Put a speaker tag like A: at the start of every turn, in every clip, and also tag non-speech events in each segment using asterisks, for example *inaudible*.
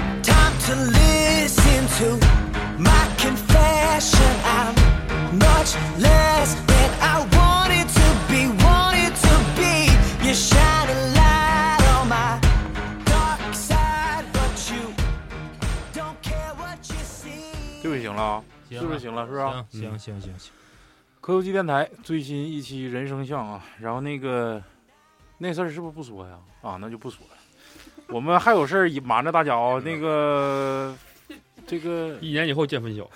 A: to listen to my confession. I'm much less than I wanted to be, wanted to be. You shine a light on my dark side, but you don't care what you see.
B: 这回行了啊，
C: 行
B: 是不是行了？是吧？
C: 行行行行行，
B: 科游机电台最新一期人生像啊，然后那个那事儿是不是不说呀？啊，那就不说了。我们还有事儿瞒着大家
C: *laughs*
B: 啊、那个这个
D: 一年以后见
B: *laughs*
D: 分晓。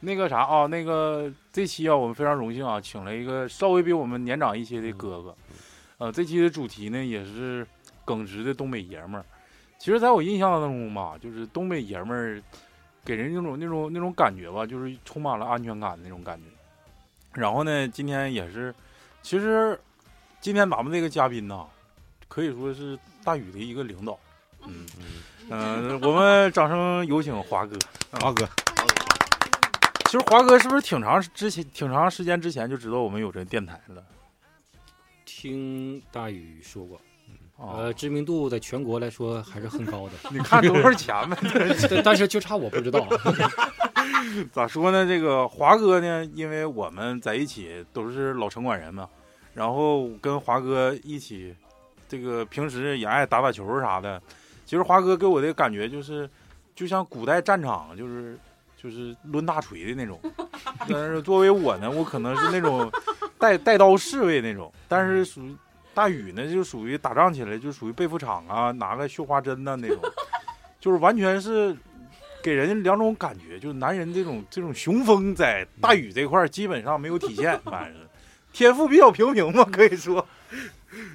B: 那个啥啊，那个这期啊，我们非常荣幸啊，请了一个稍微比我们年长一些的哥哥。呃，这期的主题呢也是耿直的东北爷们儿。其实，在我印象当中吧，就是东北爷们儿给人那种那种那种感觉吧，就是充满了安全感的那种感觉。然后呢，今天也是，其实今天咱们这个嘉宾呐，可以说是大宇的一个领导。嗯嗯、呃我们掌声有请华哥。
E: 华哥，
B: 其实华哥是不是挺长之前、挺长时间之前就知道我们有这电台了？
F: 听大宇说过，
B: 啊
F: 呃，，知名度在全国来说还是很高的，
B: *laughs* 你看多少钱呗？
F: 但但是就差我不知道。
B: 咋说呢？这个华哥呢，因为我们在一起都是老城管人嘛，然后跟华哥一起，这个平时也爱打打球啥的。其实华哥给我的感觉就是，就像古代战场，就是就是抡大锤的那种。但是作为我呢，我可能是那种带带刀侍卫那种，但是属于大禹呢，就属于打仗起来就属于被服场啊，拿个绣花针呐、那种，就是完全是给人两种感觉，就是男人这种这种雄风在大禹这块儿基本上没有体现，反正是天赋比较平平嘛，可以说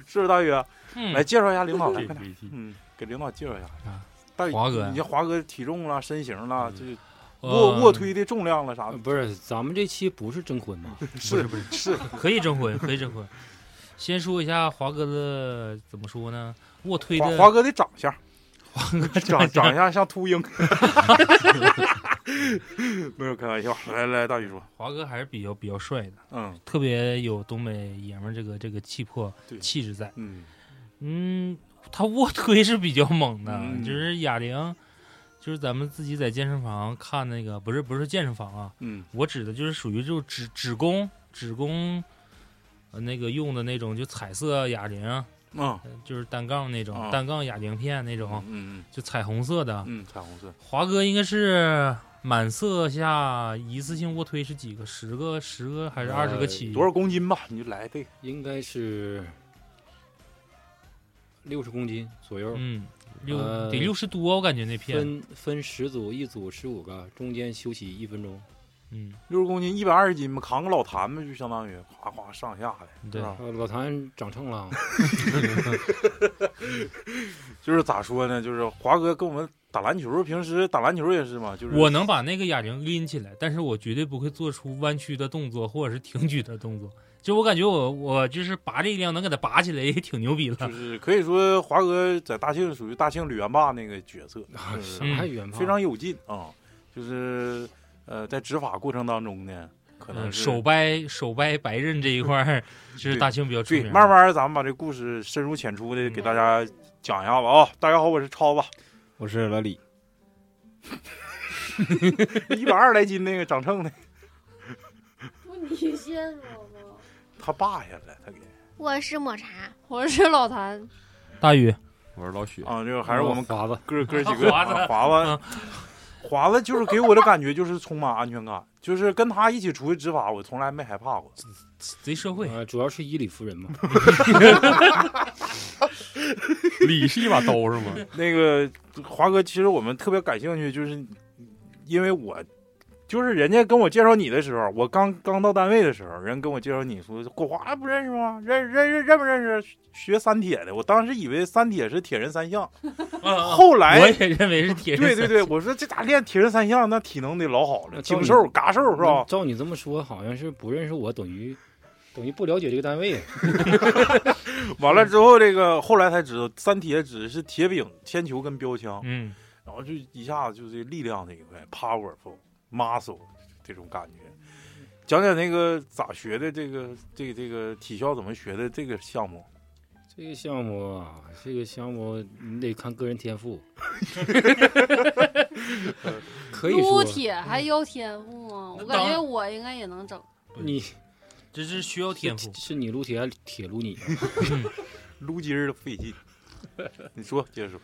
B: 是不是大禹？
C: 嗯
B: 来介绍一下领导来，快点，
D: PPT
B: 嗯，给领导介绍一下
C: 啊。
B: 大禹，
C: 华哥呀
B: 你这华哥体重啦、身形啦，这
C: 呃
B: 卧卧推的重量了啥
F: 呃
B: 的，
F: *laughs* 不是，咱们这期不是征婚
B: *laughs*
F: 吗？
B: 是不是是
C: 可以征婚，可以征婚。先说一下华哥的怎么说呢？卧推
B: 华
C: 的
B: 华哥的长相，
C: 华哥
B: 长
C: 相
B: 长相像秃鹰。没有开玩笑，来来，大宇说，
C: 华哥还是比较比较帅的，
B: 嗯
C: 特别有东北爷们儿这个这个气魄
B: 对
C: 气质在。
B: 嗯，
C: 嗯，他卧推是比较猛的，
B: 嗯
C: 就是哑铃，就是咱们自己在健身房看那个，不是不是健身房啊，
B: 嗯
C: 我指的就是属于就是指指弓指弓，呃那个用的那种就彩色哑铃，
B: 嗯
C: 呃就是单杠那种、
B: 啊
C: 单杠哑铃片那种，
B: 嗯
C: 就彩虹色的。
B: 嗯，彩虹色，
C: 华哥应该是满色下一次性卧推是几个？十个、十个还是二十个
F: 呃
C: 起？
B: 多少公斤吧？你就来这个，
F: 应该是六十公斤左右，
C: 嗯，六
F: 呃
C: 得六十多，我感觉那片，
F: 分分十组，一组十五个，中间休息一分钟。
C: 嗯，
B: 六十公斤，一百二十斤嘛，扛个老坛嘛，就相当于夸夸上下的，是
C: 对
B: 吧？
F: 呃，老谭长秤了，
B: 就是咋说呢？就是华哥跟我们打篮球，平时打篮球也是嘛，就是
C: 我能把那个哑铃拎起来，但是我绝对不会做出弯曲的动作或者是挺举的动作。就我感觉我我就是拔这力量能给它拔起来也挺牛逼
B: 就
C: 了。
B: 是可以说华哥在大庆属于大庆吕元霸那个角色，
F: 啊
B: *laughs* 就是
C: 嗯
F: 啥远吧？
B: 非常有劲啊、就是呃，在执法过程当中呢，可能
C: 嗯，
B: 是
C: 手掰手掰白刃这一块儿是大庆比较出
B: 对，
C: 名。
B: 慢，慢咱们把这故事深入浅出
C: 嗯
B: 的给大家讲一下吧啊、大家好，我是超子，
E: 我是老李，
B: 一百二来斤那个长秤的，
G: *laughs* 不，你先说吧。
B: 他爸下了，
C: *laughs*
B: 他给
H: 我是抹茶，
G: *laughs* 我是老谭，
C: 大
B: *laughs*
C: 宇，
D: 我是老许，
B: 啊，这个还是我们
F: 华子，
B: 哥哥几 *laughs* 个
C: 华子
B: 啊华子，华子就是给我的感觉就是充满安全感，就是跟他一起出去执法，我从来没害怕过。
C: 贼社会，
F: 呃，主要是以理服人嘛。
D: 李是一把刀是吗？
B: *laughs* 那个华哥，其实我们特别感兴趣，就是因为我就是人家跟我介绍你的时候，我刚刚到单位的时候，人跟我介绍你说国华不认识吗？认认认认不认识？学三铁的，我当时以为三铁是铁人三项，嗯后来
C: *laughs* 我也认为是铁人
B: 对
C: 三。
B: 对对，我说这咋练铁人三项，那体能得老好了，
F: 那
B: 精
F: 照你
B: 瘦嘎瘦是
F: 那
B: 吧？
F: 嗯照你这么说，好像是不认识我，等于等于不了解这个单位。
B: 完了之后，这个后来才知道，三铁指的是铁饼、铅球跟标枪，
C: 嗯，
B: 然后就一下子就是力量这一块，powerful muscle 这种感觉。讲讲那个咋学的这个这个这个体校怎么学的这个项目？
F: 这个项目啊，这个项目你得看个人天赋。 *laughs* 可以
G: 撸
F: 说
G: 铁
B: 嗯
G: 还要天赋吗？我
C: 那
G: 感
C: 当
G: 觉
C: 然
G: 我应该也能整。
F: 你
C: 这是需要天赋。
F: 是你撸铁，还是铁撸你？
B: 撸筋儿都费
C: *laughs*
B: 劲。你说，接着说。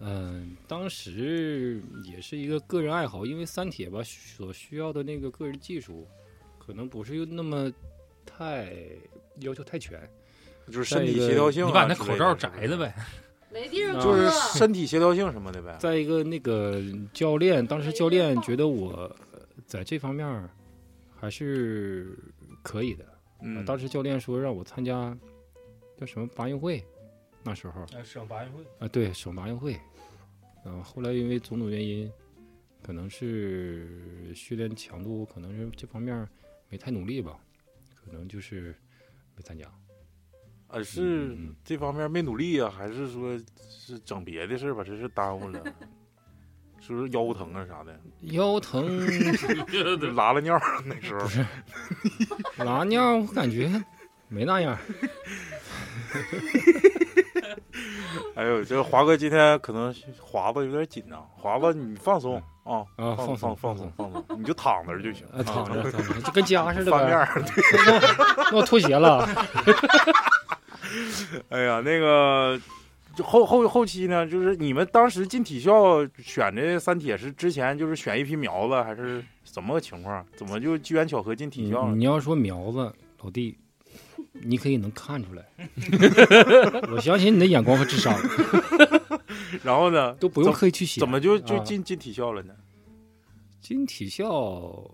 F: 嗯，当时也是一个个人爱好，因为三铁吧所需要的那个个人技术，可能不是又那么太要求太全。
B: 就是身体协调性、啊，
C: 你把那口罩摘了呗，
G: 没地儿
F: 那
G: 搁
B: 就
G: 了，
B: 是身体协调性什么的呗。
F: 再一个，那个教练，当时教练觉得我呃在这方面儿还是可以的。
C: 啊
B: 嗯，
F: 当时教练说让我参加叫什么八运会，那时候
C: 省八运会。
F: 啊，对，省八运会。嗯、后来因为种种原因，可能是训练强度，可能是这方面儿没太努力吧，可能就是没参加。
B: 呃是
F: 嗯嗯
B: 这方面没努力啊，还是说是整别的事儿把这事耽误
C: *laughs*
B: 了？是不是腰疼啊啥的？
F: 腰疼 *laughs*
B: 拉了尿儿那时候， *laughs*
F: 拉尿，我感觉没那样儿。
B: 哎呦，这个华哥今天可能华子有点紧张，华子你放松啊，
F: 啊
B: 放放
F: 放
B: 放
F: 松放
B: 松放松，你就躺着就行，
F: 啊，躺着，躺着，就跟家似的
B: 翻面
F: 呗。
B: 儿。
F: 那我脱鞋了。
B: *laughs* 哎呀，那个就后后后期呢，就是你们当时进体校选这三铁是之前就是选一批苗子，还是怎么个情况？怎么就机缘巧合进体
F: 你
B: 校了？
F: 你要说苗子，老弟，你可以能
B: *laughs*
F: 看出来。我相信你的眼光和智商，
B: 然后呢，
F: 嗯都不用刻意去写。
B: 怎么就就
F: 啊
B: 进进体校了呢？
F: 进体校？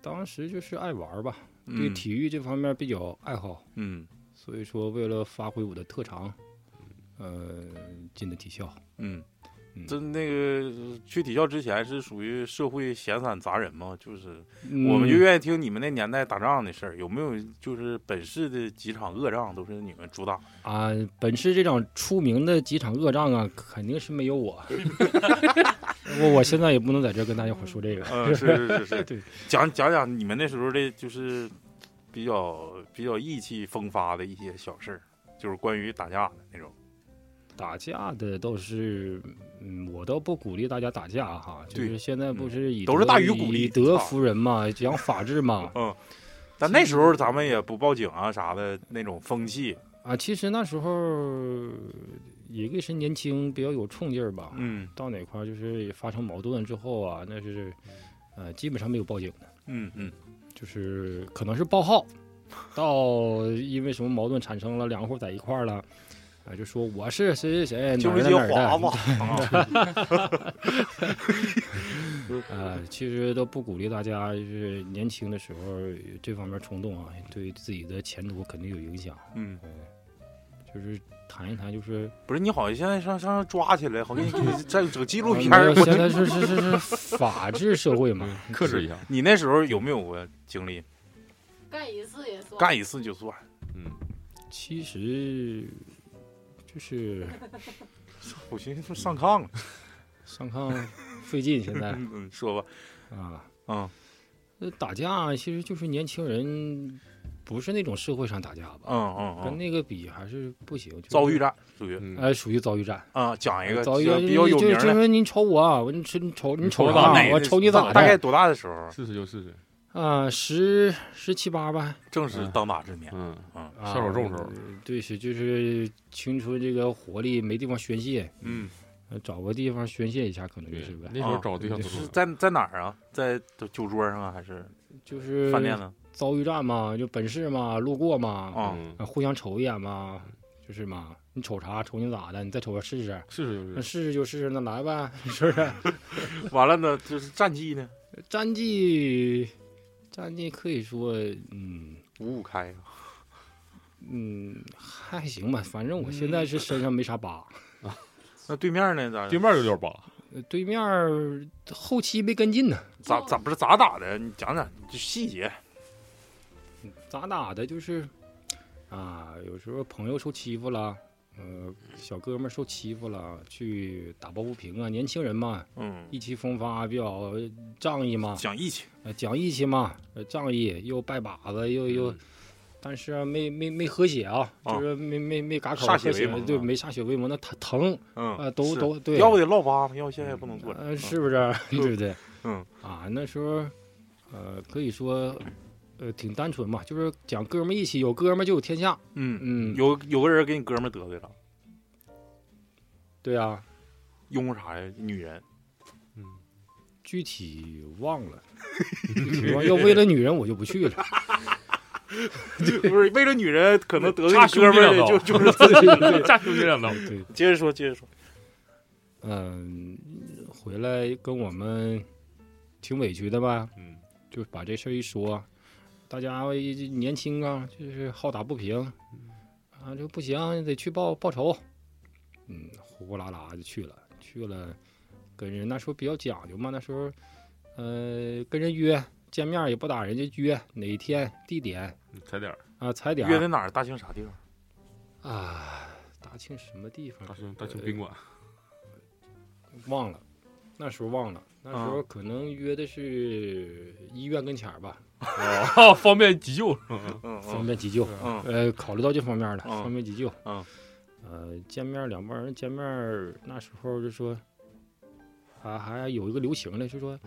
F: 当时就是爱玩儿吧，对
B: 嗯
F: 体育这方面比较爱好，
B: 嗯
F: 所以说为了发挥我的特长，呃，进的体校。
B: 嗯
F: 嗯，
B: 这那个去体校之前是属于社会闲散杂人嘛，就是
F: 嗯
B: 我们就愿意听你们那年代打仗的事儿，有没有就是本市的几场恶仗都是你们主打？
F: 啊，本市这场出名的几场恶仗啊，肯定是没
B: *laughs*
F: 有我。 *laughs* 我我现在也不能在这儿跟大家伙说这个。
B: 嗯，是是是是，
F: *laughs* 对，
B: 讲讲讲你们那时候的，就是比较比较意气风发的一些小事儿，就是关于打架的那种。
F: 打架的倒是，嗯，我倒不鼓励大家打架哈。就
B: 对嗯
F: 是现在不是以
B: 都是
F: 德
B: 大于鼓励
F: 以德服人嘛，讲法治嘛。
B: 嗯但那时候咱们也不报警啊啥的那种风气，
F: 啊，其实那时候也也是年轻，比较有冲劲儿吧。
B: 嗯
F: 到哪块儿就是发生矛盾之后啊，那是，呃，基本上没有报警的，
B: 嗯嗯
F: 就是可能是报号，到因为什么矛盾产生了，两个户在一块儿了，啊，就说我是谁谁谁，哪
B: 就
F: 儿
B: 是
F: 的
B: 些
F: 哪儿
B: 华子
F: 的，
B: 嗯啊，
F: 呃，其实都不鼓励大家，就是年轻的时候有这方面冲动啊，对自己的前途肯定有影响。
B: 嗯，
F: 就是谈一谈，就是
B: 不是你好像现在上上抓起来，好像你再整纪录
F: 啊
B: 片
F: 没
B: 儿嗯 *laughs*
F: 有。现在是是是是法治社会嘛，
D: 克制一下，
B: 你那时候有没有过经历？
G: 干一次也算。
B: 干一次就算，
D: 嗯，
F: 其实就是
B: 我寻思上炕了。
F: 上炕费劲，现在
B: 嗯嗯，说吧，
F: 啊，
B: 嗯
F: 那打架其实就是年轻人不是那种社会上打架吧，
B: 嗯嗯
F: 跟
B: 嗯，
F: 那个比还是不行，就是
B: 遭遇，战属于
D: 嗯
F: 哎，属于遭遇战。
B: 啊，讲一个
F: 遭
B: 比
F: 遇
B: 较
F: 战
B: 比较有
F: 就
B: 名
F: 是
B: 的。
F: 就是你瞅我啊，我你瞅你瞅你瞅
D: 瞅
F: 啥
D: 咋
B: 哪
F: 啊？我
B: 个
F: 瞅你咋
B: 大概
F: 的？
B: 多大的时候？
D: 试试就试试，
F: 啊，十十七八吧，
B: 正是
D: 嗯
B: 当打之年。
D: 嗯，
F: 啊
D: 下手重手，
F: 对，是就是青春这个活力没地方宣泄，
B: 嗯，
F: 呃找个地方宣泄一下，可能就
D: 对
F: 是呗，
D: 那时候找对象都
B: 是
D: 是
B: 在在哪儿啊？在酒桌上啊，还是
F: 就是
B: 饭店呢？
F: 遭遇战嘛，就本市嘛，路过嘛，
B: 啊，
D: 嗯，
F: 啊互相瞅一眼嘛，就是嘛，你瞅啥？瞅你咋的？你再瞅我试试，
D: 试试就
F: 那
D: 是，
F: 试试就试试，那来呗，是不是？
B: 完了呢，就是战绩呢，
F: *laughs* 战绩，战绩可以说，嗯。
B: 五五开。
F: 嗯，还行吧，反正我
B: 嗯
F: 现在是身上没啥疤。
B: 那对面呢？咋
D: 对面有点八，
F: 呃对面儿后期没跟进呢，
B: 咋咋不是咋打的？你讲讲就细节。
F: 咋打的？就是啊，有时候朋友受欺负了，呃，小哥们儿受欺负了，去打抱不平啊。年轻人嘛，
B: 嗯，
F: 意气风发，比较仗义嘛，
B: 讲义气。嗯
F: 呃讲义气嘛，呃仗义又拜把子，又又但是啊，没没没喝血啊，
B: 啊
F: 就是没没没嘎口
B: 歃血
F: 喝
B: 为盟
F: 对，
B: 啊
F: 没歃血为盟，那他疼
B: 嗯
F: 啊，都
B: 是
F: 都对，
B: 要不得落疤嘛，要不现在也不能做了。
F: 呃，是 *laughs* 不是？对不对？
B: 啊嗯
F: 啊，那时候，呃，可以说，呃，挺单纯嘛，就是讲哥们义气，有哥们就有天下。
B: 嗯，
F: 嗯，
B: 有有个人给你哥们儿得罪了，
F: 对啊，
B: 拥护啥呀？女 *laughs* 人，
D: 嗯，
F: 具体忘
B: *laughs*
F: 了，具体忘要为了女人我就不去了。
B: 不是为了女人可能得罪
D: 插
B: 你
D: 胸
B: 哥们儿的，
D: 两刀
B: 就就
D: *laughs*
B: 是
F: 对对对，
D: 炸兄弟 *laughs* 两刀，
F: 对
B: 接着说，接着说。
F: 嗯，回来跟我们挺委屈的吧，
D: 嗯，
F: 就把这事儿一说，大家一年轻啊，就是好打不平，啊，这不行，得去报报仇。嗯，呼呼啦啦就去了，去了，跟人那时候比较讲究嘛，那时候，呃，跟人约见面也不打人家约哪天地点
D: 踩点儿，
F: 啊，踩点
B: 约在
F: 儿
B: 哪儿？大庆啥地方？
F: 啊，大庆什么地方
D: 大庆大庆宾馆，
F: 忘了，那时候忘了，那时候
B: 啊
F: 可能约的是医院跟前儿吧，
D: *laughs* 哦，方便急救是吧？
B: 嗯
F: 方便急救。
B: 嗯
F: 呃，考虑到这方面了，
B: 嗯
F: 方便急救。
B: 嗯，
F: 呃，见面儿两帮人见面儿那时候就说，还还有一个流行的，就
B: 嗯
F: 说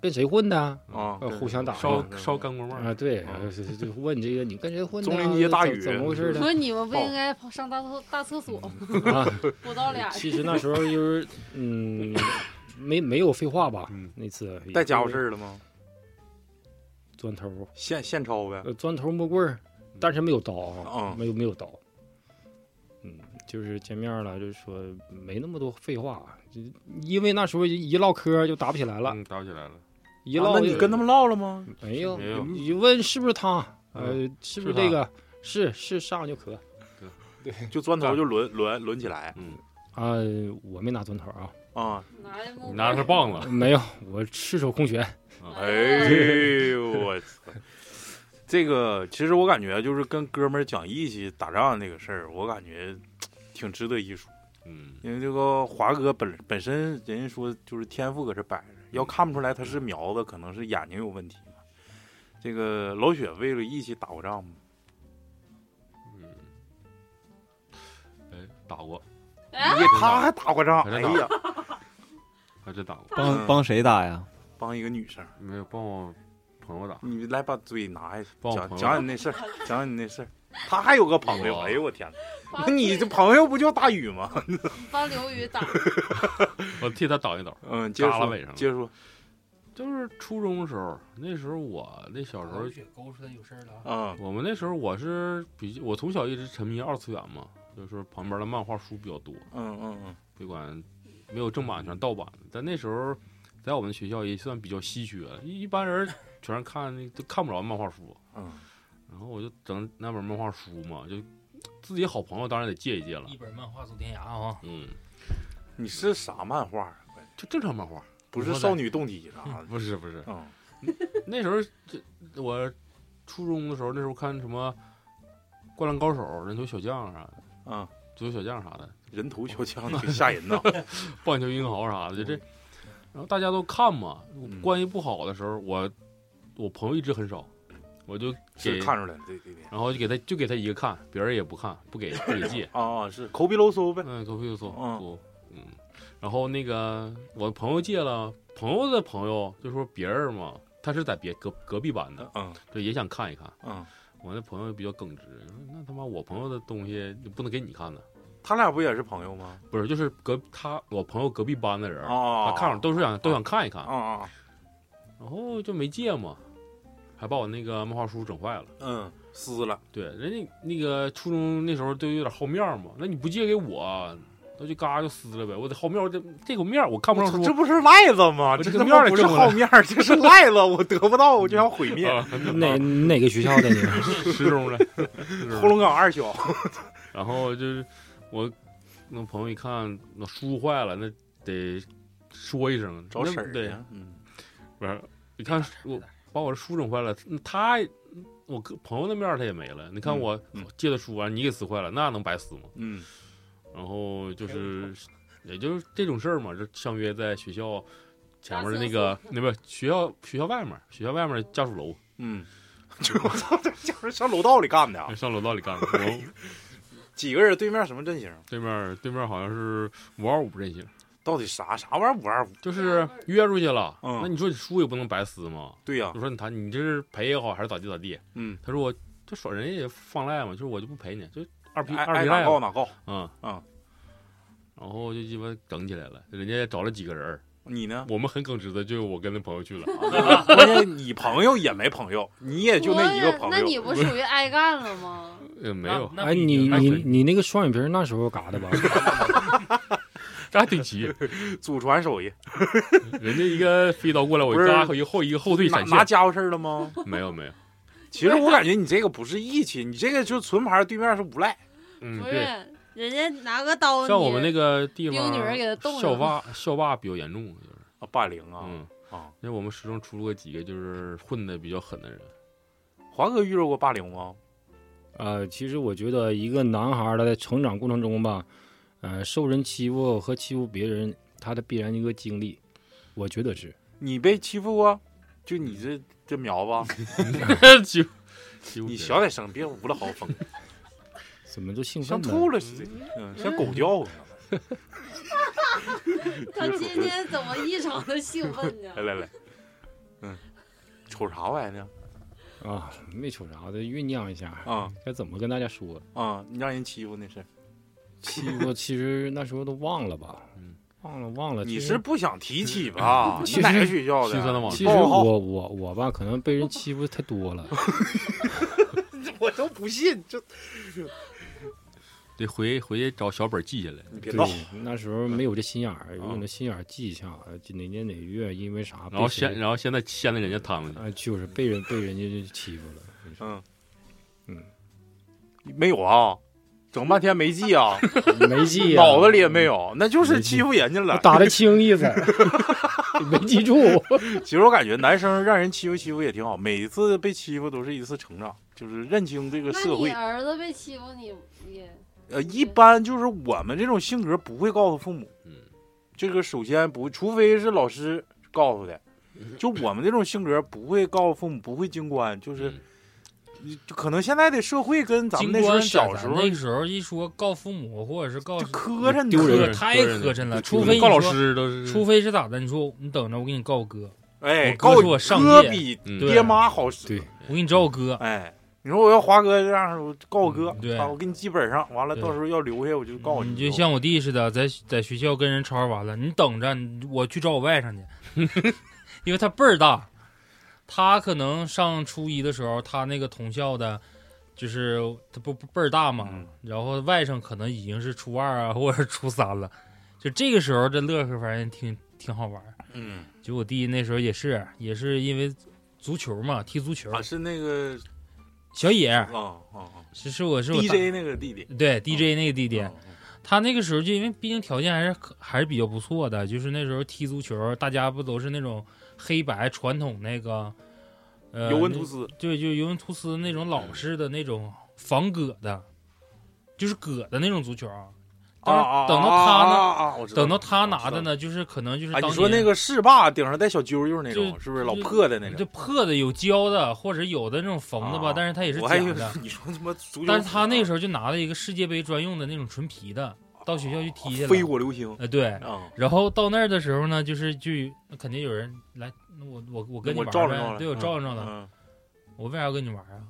F: 跟谁混的啊？
B: 啊
F: 呃，互相打
D: 烧
B: 对
D: 烧干锅帽
F: 啊，
D: 儿，
F: 对，
B: 嗯
F: 呃是是就问这个你跟谁混的啊？
B: 棕榈街大
F: 怎
B: 雨
F: 怎么回事
G: 说
F: 的
G: 你们不应该跑上大厕大厕所，
B: 嗯
F: 啊？
G: 补到俩人。
F: 其实那时候就是嗯，没没有废话吧？
D: 嗯，
F: 那次
B: 带家伙事
F: 是
B: 儿了吗？
F: 砖头儿，
B: 现现抄呗。
F: 呃，砖头儿木棍儿，但是没有刀啊，
B: 嗯
F: 没有没有刀。嗯，就是见面了，就说没那么多废话，就因为那时候一唠嗑就打不起来了，
D: 嗯，打不起来了，
F: 一
B: 啊
F: 唠、
B: 那你跟他们唠了吗？
F: 没有
D: 没有
F: 一问是不是他？呃，是不是
D: 是他
F: 这个？是是上就可嗯
B: 就砖头就抡抡抡起来
D: 嗯，
F: 啊、我没拿砖头啊， *laughs*
B: 啊！
G: 拿着木
D: 你拿着棒子，
F: 没有，我赤手空拳。
B: 哎 *laughs* 呦我操！这个其实我感觉就是跟哥们儿讲义气打仗那个事儿，我感觉挺值得一说。
D: 嗯，
B: 因为这个华哥本本身人家说就是天赋搁这摆着，要看不出来他是苗子，可能是眼睛有问题嘛。这个老雪为了义气打过仗吗？
D: 嗯哎，打过，
B: 也他还打过仗，
D: 哎还
B: 哎
D: 真打
B: 呀，
D: 还真打过，
B: 嗯
E: 帮帮谁打呀？
B: 帮一个女生，
D: 没有帮我朋友打，
B: 你来把嘴拿下去，
D: 嗯帮我
B: 讲
D: 朋友
B: 讲讲你那事儿，讲讲你那事儿。他还有个朋友，
D: 我
B: 哎呦我天哪！
G: 把
B: 那你这朋友不就大宇吗？
G: 把刘宇打，
D: 我替他挡一刀。
B: 嗯，接着
D: 嘎了尾上
B: 说，
D: 了
B: 接着说
D: 就是初中的时候，那时候我那小时候，
C: 血勾出来有事儿了啊！
B: 啊，
D: 我们那时候我是比我从小一直沉迷二次元嘛，就是旁边的漫画书比较多，
B: 嗯嗯
D: 别管没有正版全盗版的。但那时候在我们学校也算比较稀缺了，一一般人全是看那都看不着漫画书。
B: 嗯
D: 然后我就整那本漫画书嘛，就自己好朋友当然得借一借了
C: 一。本漫画走天涯啊！
D: 嗯，
B: 嗯，你是啥漫画啊？
D: 就正常漫画，
B: 不是少女动体啥的？
D: 不是不是。
B: 嗯
D: 那时候这我初中的时候，那时候看什么《灌篮高手》《人头小将》啥的。
B: 嗯，
D: 足球小将啥的，
B: 人
D: *laughs*
B: 头小枪挺吓人呐。
D: 棒球英豪啥的，就这，然后大家都看嘛
B: 嗯。
D: 关系不好的时候，我我朋友一直很少，我就给
B: 是，看出来了，对对对。，
D: 然后就给他就给他一个看，别人也不看，不给不给借 *laughs*
B: 啊，是抠鼻抠搜呗。
D: 嗯，狗屁就搜
B: 嗯
D: 搜，嗯，然后那个我朋友借了，朋友的朋友就说别人嘛，他是在别隔隔壁班的，
B: 嗯
D: 就也想看一看。
B: 嗯，
D: 我那朋友比较耿直，说那他妈我朋友的东西就不能给你看呢，
B: 他俩不也是朋友吗？
D: 不是就是隔他我朋友隔壁班的人，
B: 啊
D: 他看着都是想都想看一看
B: 啊，啊，
D: 然后就没借嘛，还把我那个漫画书整坏了。
B: 嗯，撕了。
D: 对，人家那个初中那时候都有点好面儿嘛，那你不借给我，那就嘎就撕了呗。我得好面儿，我这这口面儿我看不上
B: 这
D: 书。
B: 不是赖子吗？
D: 我
B: 这
D: 这
B: 他
D: 个
B: 妈
D: 面儿
B: 不是
D: 挣过来
B: 好面儿，这是赖子，我得不到，我就想毁灭。
D: 啊，
F: 哪哪个学校的你？
D: 十中了，十
B: 呼
D: 中了
B: 伦港二小，
D: 然后就是我那朋友一看那书坏了，那得说一声，
B: 找
D: 那
B: 婶儿
D: 对
B: 去，嗯，
D: 不是，你看我把我的书整坏了，那他我哥朋友那面儿他也没了。你看
B: 嗯
D: 我
B: 嗯
D: 借的书完、你给撕坏了，那能白撕吗？
B: 嗯
D: 然后就是，也就是这种事儿嘛，就相约在学校前面的那个，那不是学校学校外面，学校外面的家属楼
B: 嗯， *laughs* 就我操，这就是 *laughs* 上楼道里干的啊，
D: 上楼道里干的。我
B: 几个人对面什么阵型？
D: 对面对面好像是五二五阵型，
B: 到底啥啥玩意儿五二五？
D: 就是约出去了。
B: 嗯
D: 那你说你输也不能白撕嘛。
B: 对呀、
D: 我说你谈你这是赔也好还是咋地咋地？
B: 嗯，
D: 他说我就说人家也放赖嘛，就是我就不赔你，就二逼
B: 爱
D: 二
B: 爱
D: 逼
B: 哪
D: 赖
B: 告
D: 嘛。
B: 哪告。
D: 嗯
B: 嗯。
D: 然后就鸡巴整起来了，人家也找了几个人儿，
B: 你呢？
D: 我们很耿直的，就我跟那朋友去
B: 啊
D: 了。
B: *laughs* 关键你朋友也没朋友，你也 *laughs* 就那一个朋
G: 那你
B: 友。
G: 不属于挨干了吗？
D: 呃，没有，
C: 那那
F: *laughs* 哎，
C: 不一
F: 你
C: 定
D: 那
F: 你
D: 可以
F: 你那个双眼皮儿那时候嘎的吧？
D: 这还挺齐。
B: 祖传手艺，
D: 人家一个飞刀过来，我
B: 不是
D: 扎一个后一个后退
B: 拿
D: 闪
B: 拿
D: 现，
B: 家伙事儿了吗？
D: 没有没有，
B: 其实我感觉你这个不是义气，你这个就纯牌对面是无赖。
D: 嗯
G: 不
D: 对，
G: 是，人家拿个刀，
D: 像我们那个地
G: 丢
D: 方
G: 女儿给他冻上
D: 校
G: 了，
D: 霸校霸比较严重，就是
B: 啊，霸凌啊！
D: 嗯
B: 啊，
D: 因为我们始终出过几个就是混的比较狠的人，
B: 华哥遇到过霸凌吗？
F: 呃，其实我觉得一个男孩儿他在成长过程中吧，呃，受人欺负和欺负别人，他的必然一个经历，我觉得是。
B: 你被欺负过？就你这这苗子，
D: 欺负欺负
B: 你
D: 别人
B: 小点声，别无了豪风，
F: 怎么就兴奋
B: 像
F: 呢？
B: 吐了似嗯的，嗯，像狗叫似的。 *laughs*
G: 他今天怎么异常的兴奋呢
B: 来？来来，嗯，瞅啥玩意儿呢？
F: 啊，没瞅啥的，酝酿一下，
B: 啊
F: 该怎么跟大家说？
B: 啊，你让人欺负那事儿，
F: 欺负其实那时候都忘了吧
D: 嗯，
F: 忘了忘了。
B: 你
F: 其实
B: 是不想提起吧？
F: 其
B: 你哪个
F: 实
B: 学校的？啊
D: 心酸的往
F: 其
D: 事
F: 实
B: 报号
F: 我我我吧，可能被人欺负太多了。
B: 我都不信，这
D: 得回回去找小本记下来。
B: 你 *laughs* 别
F: 对
B: 闹。，啊
F: 那时候没有这心眼儿，有那心眼儿记一下，呃哪年哪月因为啥被谁，
D: 然后现然后现在现在人家摊了
F: 啊，就是被人被人家就欺负了。
B: 嗯
F: 嗯，
B: 没有啊，整半天没记啊， *laughs*
F: 没记、啊，
B: 脑子里也嗯没有，那就是欺负人家了。
F: *laughs* 打的轻意思，没记 *laughs* 住。
B: 其实我感觉男生让人欺负欺负也挺好，每一次被欺负都是一次成长，就是认清这个
G: 那
B: 社
G: 你啊
B: 会。
G: 儿子被欺负，你也
B: 呃，一般就是我们这种性格不会告诉父母，
D: 嗯，
B: 这个首先不，除非是老师告诉的，就我们这种性格不会告诉父母，不会经官，就是
D: 嗯。
B: 就可能现在的社会跟咱们
C: 经
B: 那时候
C: 官
B: 小时候
C: 那时候一说告父母或者是告
B: 就磕碜你
F: 丢人
C: 磕太磕碜了，除非你
D: 告老
C: 说，
D: 师都是
C: 除非是咋的？你说你等着，我给你告我哥，
B: 哎，
C: 我
B: 告
C: 哥说我上
B: 哥
C: 夜
B: 比
D: 嗯
B: 爹妈好使。
F: 对，
C: 我给你找我哥，
B: 哎，你说我要华哥这样，我告我哥
C: 嗯，对
B: 啊，我给你记本上，完了
C: 对嗯
B: 到时候要留下我就嗯告
C: 你
B: 你。
C: 就像我弟似的，在在学校跟人吵吵完了，你等着，你我去找我外甥去， *laughs* 因为他辈儿大，他可能上初一的时候，他那个同校的，就是他不不辈儿大嘛，
B: 嗯
C: 然后外甥可能已经是初二啊，或者是初三了，就这个时候这乐呵反正挺挺好玩儿。
B: 嗯
C: 就我弟那时候也是，也是因为足球嘛，踢足球，
B: 啊，是那个
C: 小野
B: 啊啊啊
C: 是是我是我大
B: ，DJ 那个弟弟，
C: 对 DJ 那个弟弟。
B: 嗯
C: 他那个时候就因为毕竟条件还是可还是比较不错的，就是那时候踢足球，大家不都是那种黑白传统那个，呃，
B: 尤文图斯嗯
C: 那，对，就尤文图斯那种老式的那种防葛的，就是葛的那种足球啊。
B: 啊
C: 当然
B: 啊，
C: 等到他
B: 呢，
C: 呢
B: 啊啊我知道
C: 等到他拿
B: 我知道
C: 的呢，就是可能就是
B: 啊，
C: 当
B: 你说
C: 年
B: 那个世霸顶上带小揪揪那种，
C: 就是
B: 不是老
C: 就是
B: 破的那
C: 就
B: 种？
C: 破的有胶的，或者有的那种缝的吧，
B: 啊
C: 但是他也是
B: 我
C: 假
B: 还以为
C: 的。
B: 你说他妈足球，啊
C: 但是他那时
B: 候
C: 候就拿了一个世界杯专用的那种纯皮的，到学校去踢去了。
B: 飞啊火流星
C: 呃，对。
B: 啊，
C: 然后到那儿的时候呢，就是就那肯定有人来，那我我我跟你
B: 我
C: 玩
B: 照
C: 儿
B: 着照
C: 呗，
B: 着
C: 对我照着了，
B: 嗯，
C: 我为啥要跟你玩啊？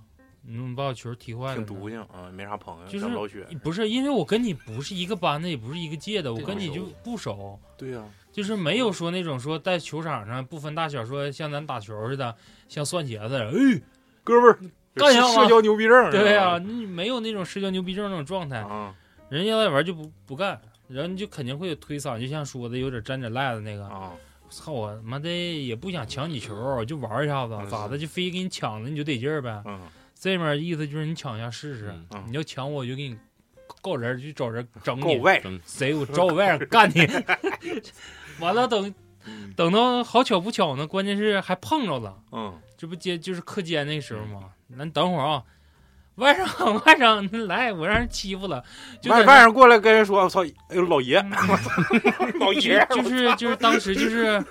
C: 你怎么把我球踢坏了
B: 挺
C: 呢？
B: 毒性啊，没啥朋友，
C: 就是
B: 像老雪，
C: 不是，因为我跟你不是一个班的，也不是一个届的，我
D: 对
C: 跟
D: 不
C: 你
D: 熟
C: 就不熟，
B: 对呀，
C: 就是没有说那种说在球场上不分大小，说像咱打球似的，像蒜茄子，哎，
B: 哥们儿，
C: 干啥
B: 社
C: 嘛
B: 社交牛逼症，
C: 对呀、
B: 呀，
C: 你没有那种社交牛逼症那种状态，
B: 啊
C: 人家要玩就不不干，然后你就肯定会有推搡，就像说的有点沾点赖子那个，
B: 啊，
C: 操我妈的也不想抢你球，就玩一下子，
B: 嗯
C: 咋的就非给你抢了你就得劲儿呗。
B: 嗯，
C: 这面意思就是你抢一下试试，
D: 嗯
B: 嗯
C: 你要抢我就给你告人儿去找人整
B: 够
C: 你，
B: 外，
C: 谁我找我外甥干你。 *laughs* 完了等
B: 嗯
C: 等到好巧不巧呢，关键是还碰着了，
B: 嗯，
C: 这不接就是课间那时候吗？那你等会儿啊，外甥外甥来，我让人欺负了，就
B: 外
C: 在那
B: 外人过 *laughs*
D: 嗯
B: 来跟人说，我操，哎呦老爷，老爷，
C: 就是就是当时就是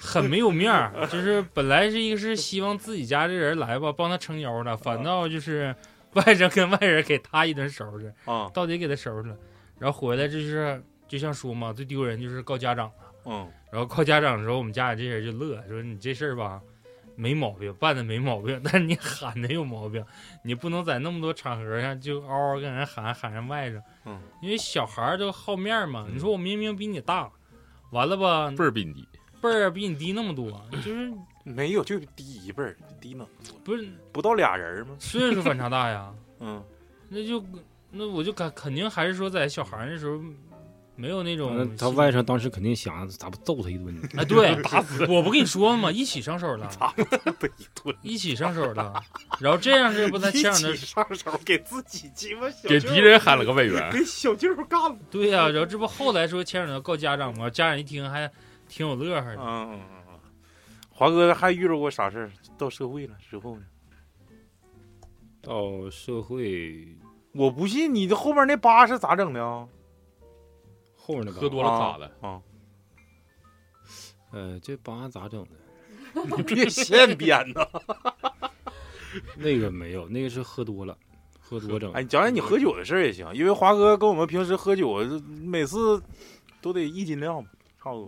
C: 很没有面儿。就是本来是一个是希望自己家这人来吧，帮他撑腰的，反倒就是 *laughs* 外人跟外人给他一顿收拾，
B: 啊，
C: 到底给他收拾了，然后回来就是就像说嘛，最丢人就是告家长了。
B: 嗯
C: 然后告家长的时候，我们家里这人就乐，说你这事儿吧。没毛病，办的没毛病，但是你喊的有毛病，你不能在那么多场合上就嗷嗷跟人喊喊人外甥，
B: 嗯，
C: 因为小孩儿都好面儿嘛。
D: 嗯
C: 你说我明明比你大，完了吧，
D: 倍儿比你低。
C: 辈儿比你低那
B: *clears throat*
C: 么多，就是
B: 没有，就低一辈儿，低那么多
C: 不是
B: 不到俩人儿吗？
C: 岁数反差大呀？
B: 嗯，
C: 那就那我就肯肯定还是说在小孩儿那时候没有那
F: 那
C: 种
F: 他
C: 心
F: 外甥当时肯定想，咋不揍他一顿呢？
B: *laughs*
C: 哎，对，打死我不跟你说了吗？一起上手了，
B: 不一顿，
C: 一起上手了，然后这样式不他前两
B: 一
C: 天
B: 起上手 *laughs* 给自己鸡巴小
D: 给
B: 舅
D: 敌人喊了个外
B: *laughs*
D: 援，
B: 给小舅干了。
C: 对呀、然后这不后来说前两天告家长嘛，家长一听还挺有乐呵
B: 嗯
C: 的。
B: 嗯嗯嗯，华哥还遇着过啥事儿？到社会了之后呢？
F: 到社会
B: 我不信你的后边那疤是咋整的啊？
F: 后面的吧，
D: 喝多了咋的？
B: 啊，
F: 呃，这疤咋整的？
B: *laughs* 你别现编呐！
F: 那个没有，那个是喝多了，喝多
B: *laughs*
F: 整。
B: 哎，你讲讲你喝酒的事儿也行，因为华哥跟我们平时喝酒，每次都得一斤量吧，差不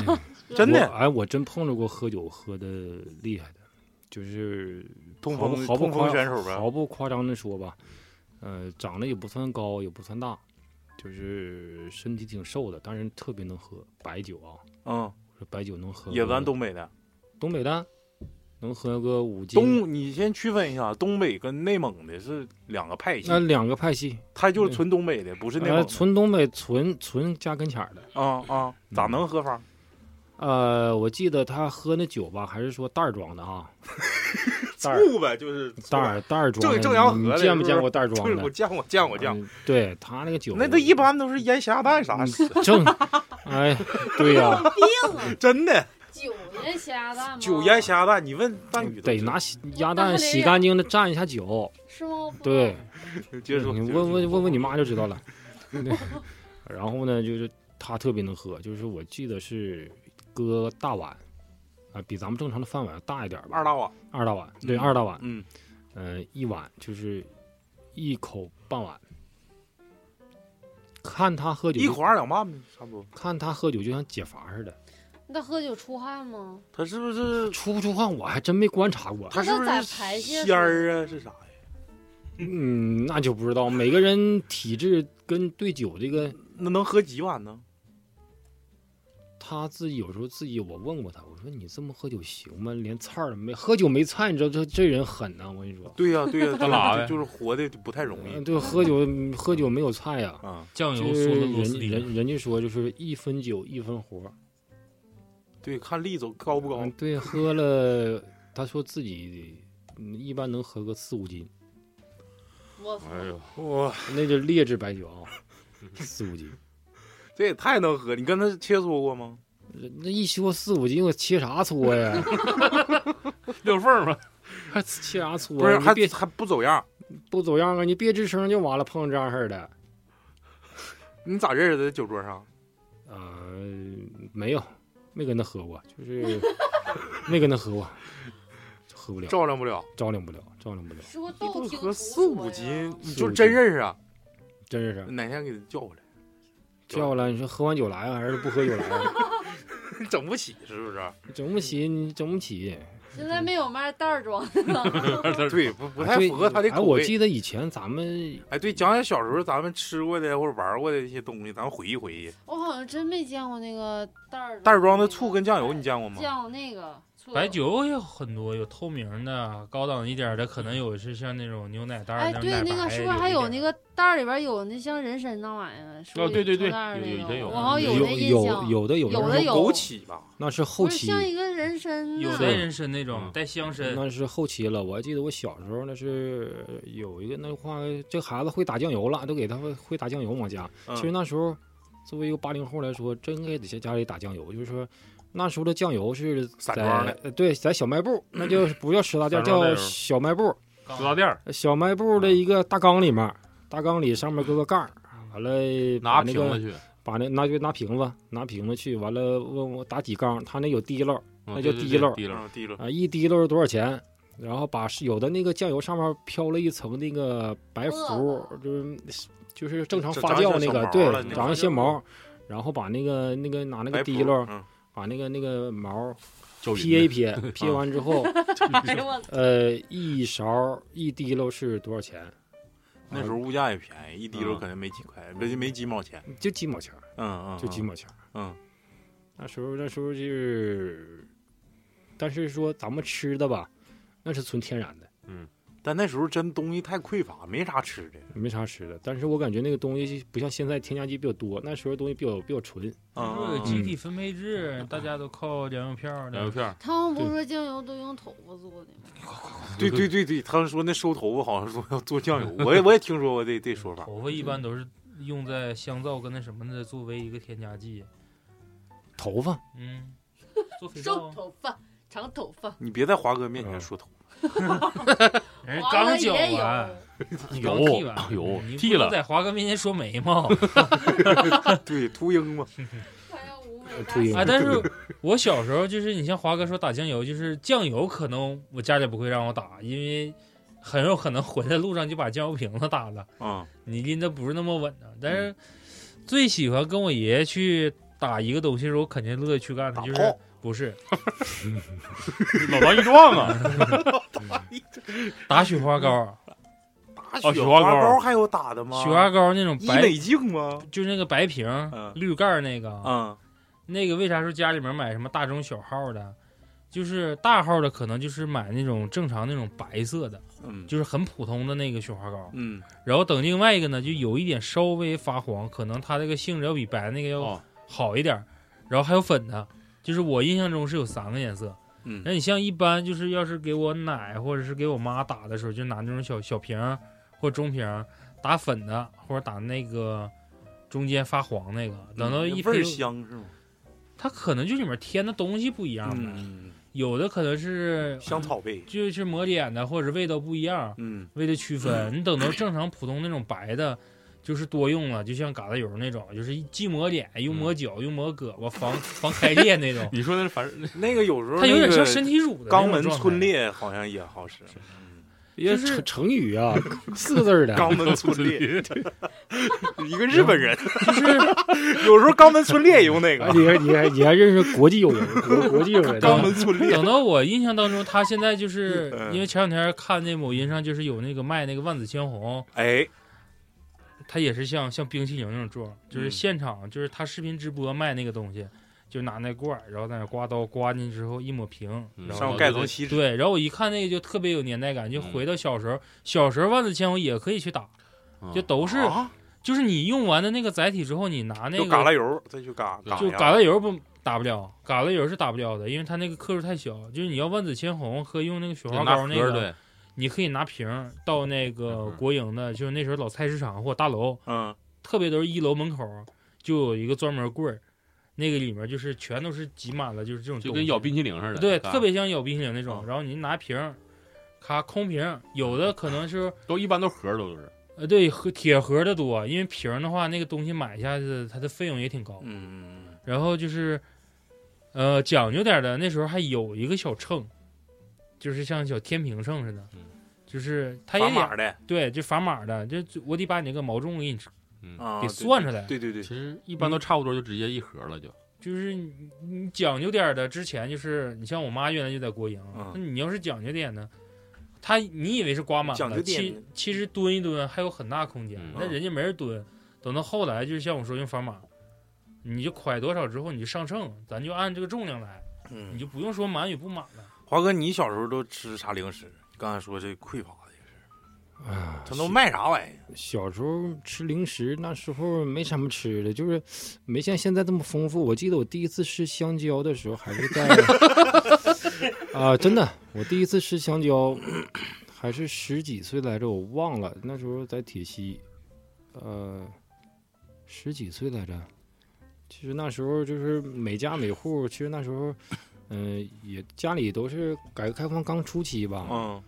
B: 多。
F: 哎
B: 真的
F: 我哎，我 *laughs* 真碰着过喝酒喝的厉害的，就是
B: 痛
F: 毫不
B: 风
F: 毫不
B: 痛
F: 夸
B: 风选手呗
F: 毫不夸张的说吧，呃，长得也不算高，也不算大，就是身体挺瘦的，但是特别能喝白酒啊，
B: 嗯，
F: 说白酒能喝个，
B: 也咱东北的，
F: 东北的，能喝个五斤。
B: 东你先区分一下，东北跟内蒙的是两个派系
F: 那，两个派系，
B: 他就是纯东北的，不是内
F: 呃，
B: 蒙的。
F: 纯嗯东北，纯纯家跟前儿的。
B: 啊啊，咋能喝法？
F: 呃，我记得他喝那酒吧，还是说袋儿装的
B: *laughs*
F: 啊，袋儿
B: 醋呗，就是
F: 袋儿袋儿装的。
B: 正正阳
F: 你
B: 河的
F: 见
B: 是
F: 没
B: 不
F: 见
B: 是
F: 过袋儿装
B: 对，*laughs*
F: 的
B: 我？见过见过见过。
F: 嗯对他那个酒，
B: 那都一般都是腌咸鸭蛋啥的，
F: 正，哎，对呀、
G: 病啊！
B: *laughs* 真的。
G: 酒腌虾蛋吗？
B: 酒腌咸鸭蛋，你问蛋宇都
F: 得
B: 知
F: 拿
B: 道
F: 洗鸭蛋洗干净的蘸一下酒，
G: 是吗？我不
F: 对，
B: 接着说，
F: 嗯你
B: 接着
F: 问问
B: 说
F: 问问你妈就知道了。 *laughs* 对然后呢，就是他特别能喝，就是我记得是搁大碗，啊，比咱们正常的饭碗要大一点吧，
B: 二大碗，
F: 二大碗，对，
B: 嗯
F: 二大碗，
B: 嗯，
F: 嗯，一碗就是一口半碗。看他喝酒
B: 一
F: 就，
B: 口二两半呗，差不多。
F: 看他喝酒就像解乏似的，
G: 那喝酒出汗吗？
B: 他是不是
F: 出不出汗我还真没观察过。 *laughs*
B: 他是不
G: 那
B: 是
G: 咋排泄
B: 仙儿啊？是啥呀？
F: 嗯，那就不知道，每个人体质跟对酒这个
B: 那能喝几碗呢？
F: 他自己有时候自己，我问过他，我说你这么喝酒行吗？连菜儿都没喝酒没菜，你知道这这人狠呐、我跟你说，
B: 对呀对呀，
D: 干嘛呗
B: 就就是活的就不太容
F: 嗯
B: 易
F: 对，喝酒喝酒没有菜呀、
B: 啊。
C: 酱油、
F: 就
C: 苏
F: 是
C: 子、螺丝
F: 人
C: 钉，
F: 人人家说就是一分酒一分活儿，
B: 对，看力走高不高
F: 嗯，？对，喝了，他说自己嗯一般能喝个四五斤，
G: 我操！
D: 哎呦，
B: 哇，
F: 那就劣质白酒啊，四五斤，
B: 这也太能喝！你跟他切磋过吗？
F: 那一说四五斤，我切啥搓呀？ *laughs*
D: 六缝 *laughs* 儿嘛，
F: 还切啥搓呀？
B: 不是，
F: 你
B: 还
F: 别
B: 还不走样。
F: 不走样啊，你别吱声就完了，碰上这样式儿的。
B: 你咋认识的？在酒桌上？
F: 呃，没有，没跟他喝过，就是
B: *laughs*
F: 没跟他喝过，喝不了，
B: 照亮不了，
F: 照亮不了，照亮不了，
G: 是不是
B: 一
G: 都
B: 顿
G: 挺
B: 喝
G: 土
B: 四
G: 说
B: 五
G: 呀
B: 斤，你
F: 四
B: 就
F: 五嗯
B: 真
F: 斤
B: 认识啊？
F: 真是
B: 哪天给他叫过来，
F: 叫了。你说喝完酒来啊，还是不喝酒来啊？
B: *laughs* 整不起是不是？
F: 整不起，你整不起。
G: 现在没有卖袋儿装的
B: *laughs*
G: 了。
B: *laughs* 对，不不
F: 哎
B: 太
F: 对
B: 符合他的
F: 哎，
B: 口
F: 我
B: 味。
F: 记得以前咱们
B: 哎，对，讲讲小时候咱们吃过的或者玩过的一些东西，咱们回忆回忆。
G: 我好像真没见过那个袋儿
B: 袋
G: 那
B: 儿装的
G: 个
B: 醋跟酱油，你见过吗？
G: 见过那个醋
C: 白。酒也有很多，有透明的，高档一点儿的，可能有是像那种牛奶袋儿
G: 哎，
C: 种
G: 对，
C: 奶
G: 那个
C: 白
G: 是不是
C: 一
G: 还有
C: 点
G: 那个袋儿里边有那像人参那玩意儿？是不
D: 哦
G: 是
D: 对对
G: 装
D: 对
G: 袋儿
D: 有
G: 那
D: 有
G: 个
D: 真有
G: 我好像
F: 有
G: 那印
F: 有
G: 象，
F: 有的有
G: 有的
F: 人
G: 有
B: 枸杞吧，
F: 那是后
G: 不是
F: 期，
G: 像一个人参
C: 有
G: 呐
C: 的人参那种
D: 嗯
C: 带香参，
F: 那是后期了。我还记得我小时候那是呃有一个那话，这孩子会打酱油了，都给他会会打酱油往家。
B: 嗯
F: 其实那时候，作为一个八零后来说，真应该得在家里打酱油。就是说，那时候的酱油是
B: 散
F: 在
B: 装的
F: 呃对，在小卖部，那就不叫食杂店，
D: 散装的
F: 叫
D: 油
F: 小卖部。
C: 刚
D: 四大店儿
F: 小卖部的一个大缸里面，大缸里上面搁个盖儿，完了把
D: 拿
F: 那
D: 瓶
F: 个
D: 子去，
F: 把那拿就拿瓶子，拿瓶子去，完了问我打几缸，他那有滴漏，
D: 那
F: 那叫滴漏
D: 滴漏
B: 嗯， *laughs* 滴了，
F: 啊，一滴漏多少钱？然后把是有的那个酱油上面飘了一层那个白
G: 沫
F: 糊，就是就是正常
B: 长
F: 发
B: 长
F: 酵
B: 一些
F: 那
B: 小
F: 个，
B: 毛
F: 对
B: 了那，个
F: 长一
B: 就
F: 些毛，然后把那个那个拿那
B: 白
F: 个
B: 葡
F: 滴漏，
B: 嗯
F: 把那个那个毛
D: 叫
F: 撇一
D: 云 *laughs* 的
F: 撇，
B: *laughs*
F: 撇完之后，
G: 哎呦我操！
F: 呃，一勺一滴漏是多少钱？
B: 那时候物价也便宜，一
F: 嗯
B: 滴漏可能没几块，没没几毛钱，
F: 就几毛钱儿，
B: 嗯嗯，
F: 就几
B: 嗯，
F: 毛钱儿。
B: 嗯，
F: 那时候那时候就是，但是说咱们吃的吧，那是纯天然的，
B: 但那时候真东西太匮乏，没啥吃的，
F: 没啥吃的。但是我感觉那个东西不像现在添加剂比较多，那时候东西比较比较纯。
C: 就是
B: 嗯，
C: 集体分配制，大家都靠粮油票
D: 两
C: 的
D: 肉。片儿，
G: 他们不是说酱油都用头发做的吗？
B: 对对对对，他们说那收头发好像说要做酱油，我也我也听说过这这
C: *laughs*
B: 说法，
C: 头发一般都是用在香皂跟那什么的作为一个添加剂，
F: 头发
C: 嗯，做肥皂
G: 瘦
C: 啊。
G: 头发，长头发，
B: 你别在华哥面前说头发，
C: 人家
G: 黄
C: 哎刚
G: 了
C: 剪
G: 也有。
C: 完，刚
D: 有
C: 剃完，嗯
D: 有
C: 你不
D: 剃
C: 能
D: 了
C: 在华哥面前说眉毛，嗯
B: 对，秃鹰嘛，
G: 他要无美
F: 秃鹰
C: 哎，但是我小时候就是你像华哥说打酱油，就是酱油可能我家里不会让我打，因为很有可能回来路上就把酱油瓶子打了，
B: 嗯，
C: 你拎的不是那么稳呢。但是最喜欢跟我爷爷去打一个东西的时候，我肯定乐意去干的，
B: 打
C: 就
B: 炮
C: 是不是
D: 老当益壮啊！
C: 打雪花膏，啊
B: 打雪
D: 雪花膏
B: 膏还有打的吗？
C: 雪花膏那种
B: 嗯医
C: 白
B: 美镜吗？
C: 就是那个白瓶儿、
B: 嗯
C: 绿盖儿那个，
B: 嗯，
C: 那个为啥说家里面买什么大中小号的？就是大号的可能就是买那种正常那种白色的，
B: 嗯
C: 就是很普通的那个雪花膏。
B: 嗯，
C: 然后等另外一个呢，就有一点稍微发黄，可能它这个性质要比白那个要
D: *laughs* 哦。
C: 好一点儿。然后还有粉的，就是我印象中是有三个颜色。
B: 嗯
C: 那你像一般就是要是给我奶或者是给我妈打的时候，就拿那种小小瓶儿或中瓶儿打粉的，或者打那个中间发黄那个。等到一
B: 嗯那味
C: 飞
B: 儿香是吗？
C: 它可能就里面添的东西不一样呗，
B: 嗯，
C: 有的可能是
B: 香草味，
C: 就是抹脸的，或者是味道不一样，
B: 嗯
C: 为了区分。你等到正常普通那种白的，就是多用了，就像嘎达油那种，就是既抹脸又
B: 嗯
C: 抹脚又抹胳膊，防防开裂那种
D: 你说那反正
B: 那个有时候
C: 它有点
B: 那
C: 像
B: 个
C: 身体乳的那
B: 肛
C: 种
B: 门
C: 状态
B: 皴，裂，好像也好使，
F: 也
C: 就是
F: 成成语啊，四个字儿的。
B: 肛门皴裂， *laughs* 一个日本人，
C: 就是
B: *laughs* 有时候肛门皴裂也用那
C: *laughs*
B: 个
F: 哎你还你还你还认识国际友人，国国际友人
B: 肛
F: 啊，
B: 门皴裂，
C: *laughs* 等到我印象当中，他现在就是
B: 嗯
C: 因为前两天看那某音上就是有那个卖那个万紫千红，
B: 哎，
C: 它也是像像冰淇淋那种状，就是
B: 嗯
C: 现场，就是他视频直播卖那个东西，就拿那罐儿，然后在那刮刀刮进去之后一抹平，
D: 嗯
C: 然
B: 上
C: 后
B: 面盖层锡纸，
C: 对，然后我一看那个就特别有年代感，就回到小时候，小时候万紫千红也可以去打，就都是、
B: 啊
C: 就是你用完的那个载体之后，你拿那
B: 就嘎啦
C: 个
B: 油，再去嘎嘎
C: 就
B: 呀
C: 嘎啦油不打不了，嘎啦油是打不了的，因为它那个克数太小，就是你要万紫千红和用那个雪花
D: 拿
C: 膏
D: 盒
C: 那个，
D: 儿对，
C: 你可以拿瓶儿到那
D: 拿
C: 个
D: 盒儿
C: 国营的，就是那时候老菜市场或大楼，
B: 嗯
C: 特别都是一楼门口就有一个专门柜儿，那个里面就是全都是挤满了，就是这种
D: 就
C: 东
D: 跟
C: 西
D: 咬冰淇淋似
C: 嗯
D: 的，
C: 对，
D: 干
C: 特别像咬冰淇淋那种。
B: 嗯
C: 然后你拿瓶儿，咔空瓶儿，有的可能是
D: 都一般都盒儿都是，
C: 呃对和铁盒的多，因为瓶儿的话那个东西买下去它的费用也挺高。
B: 嗯，
C: 然后就是呃讲究点儿的，那时候还有一个小秤，就是像小天平秤似的
D: 嗯，
C: 就是它也
B: 砝
C: 得
B: 码的
C: 对，就砝码的，就就我得把你那个毛重给你
B: 啊，
C: 给
B: 对
C: 算出来。
B: 对对对
D: 嗯其，实一般都差不多，就直接一盒了就。
C: 就是你你讲究点儿的，之前就是你像我妈原来就在国营，
B: 嗯
C: 那你要是讲究点呢，她你以为是刮满
B: 讲
C: 了，
B: 究点
C: 其其实蹲一蹲还有很大空间
D: 嗯，
C: 那、人家没人蹲。等到后来就是像我说用砝码，你就蒯多少之后你就上秤，咱就按这个重量来，你
B: 嗯，
C: 就不用说满与不满了。
B: 华哥，你小时候都吃啥零食？刚才说这匮乏的，
F: 啊
B: 他都卖啥玩意儿？
F: 小时候吃零食，那时候没什么吃的，就是没像现在这么丰富。我记得我第一次吃香蕉的时候，还是在啊、真的，我第一次吃香蕉还是十几岁来着，我忘了。那时候在铁西，呃，十几岁来着。其实那时候就是每家每户，其实那时候，嗯、也家里都是改革开放刚初期吧，
B: 嗯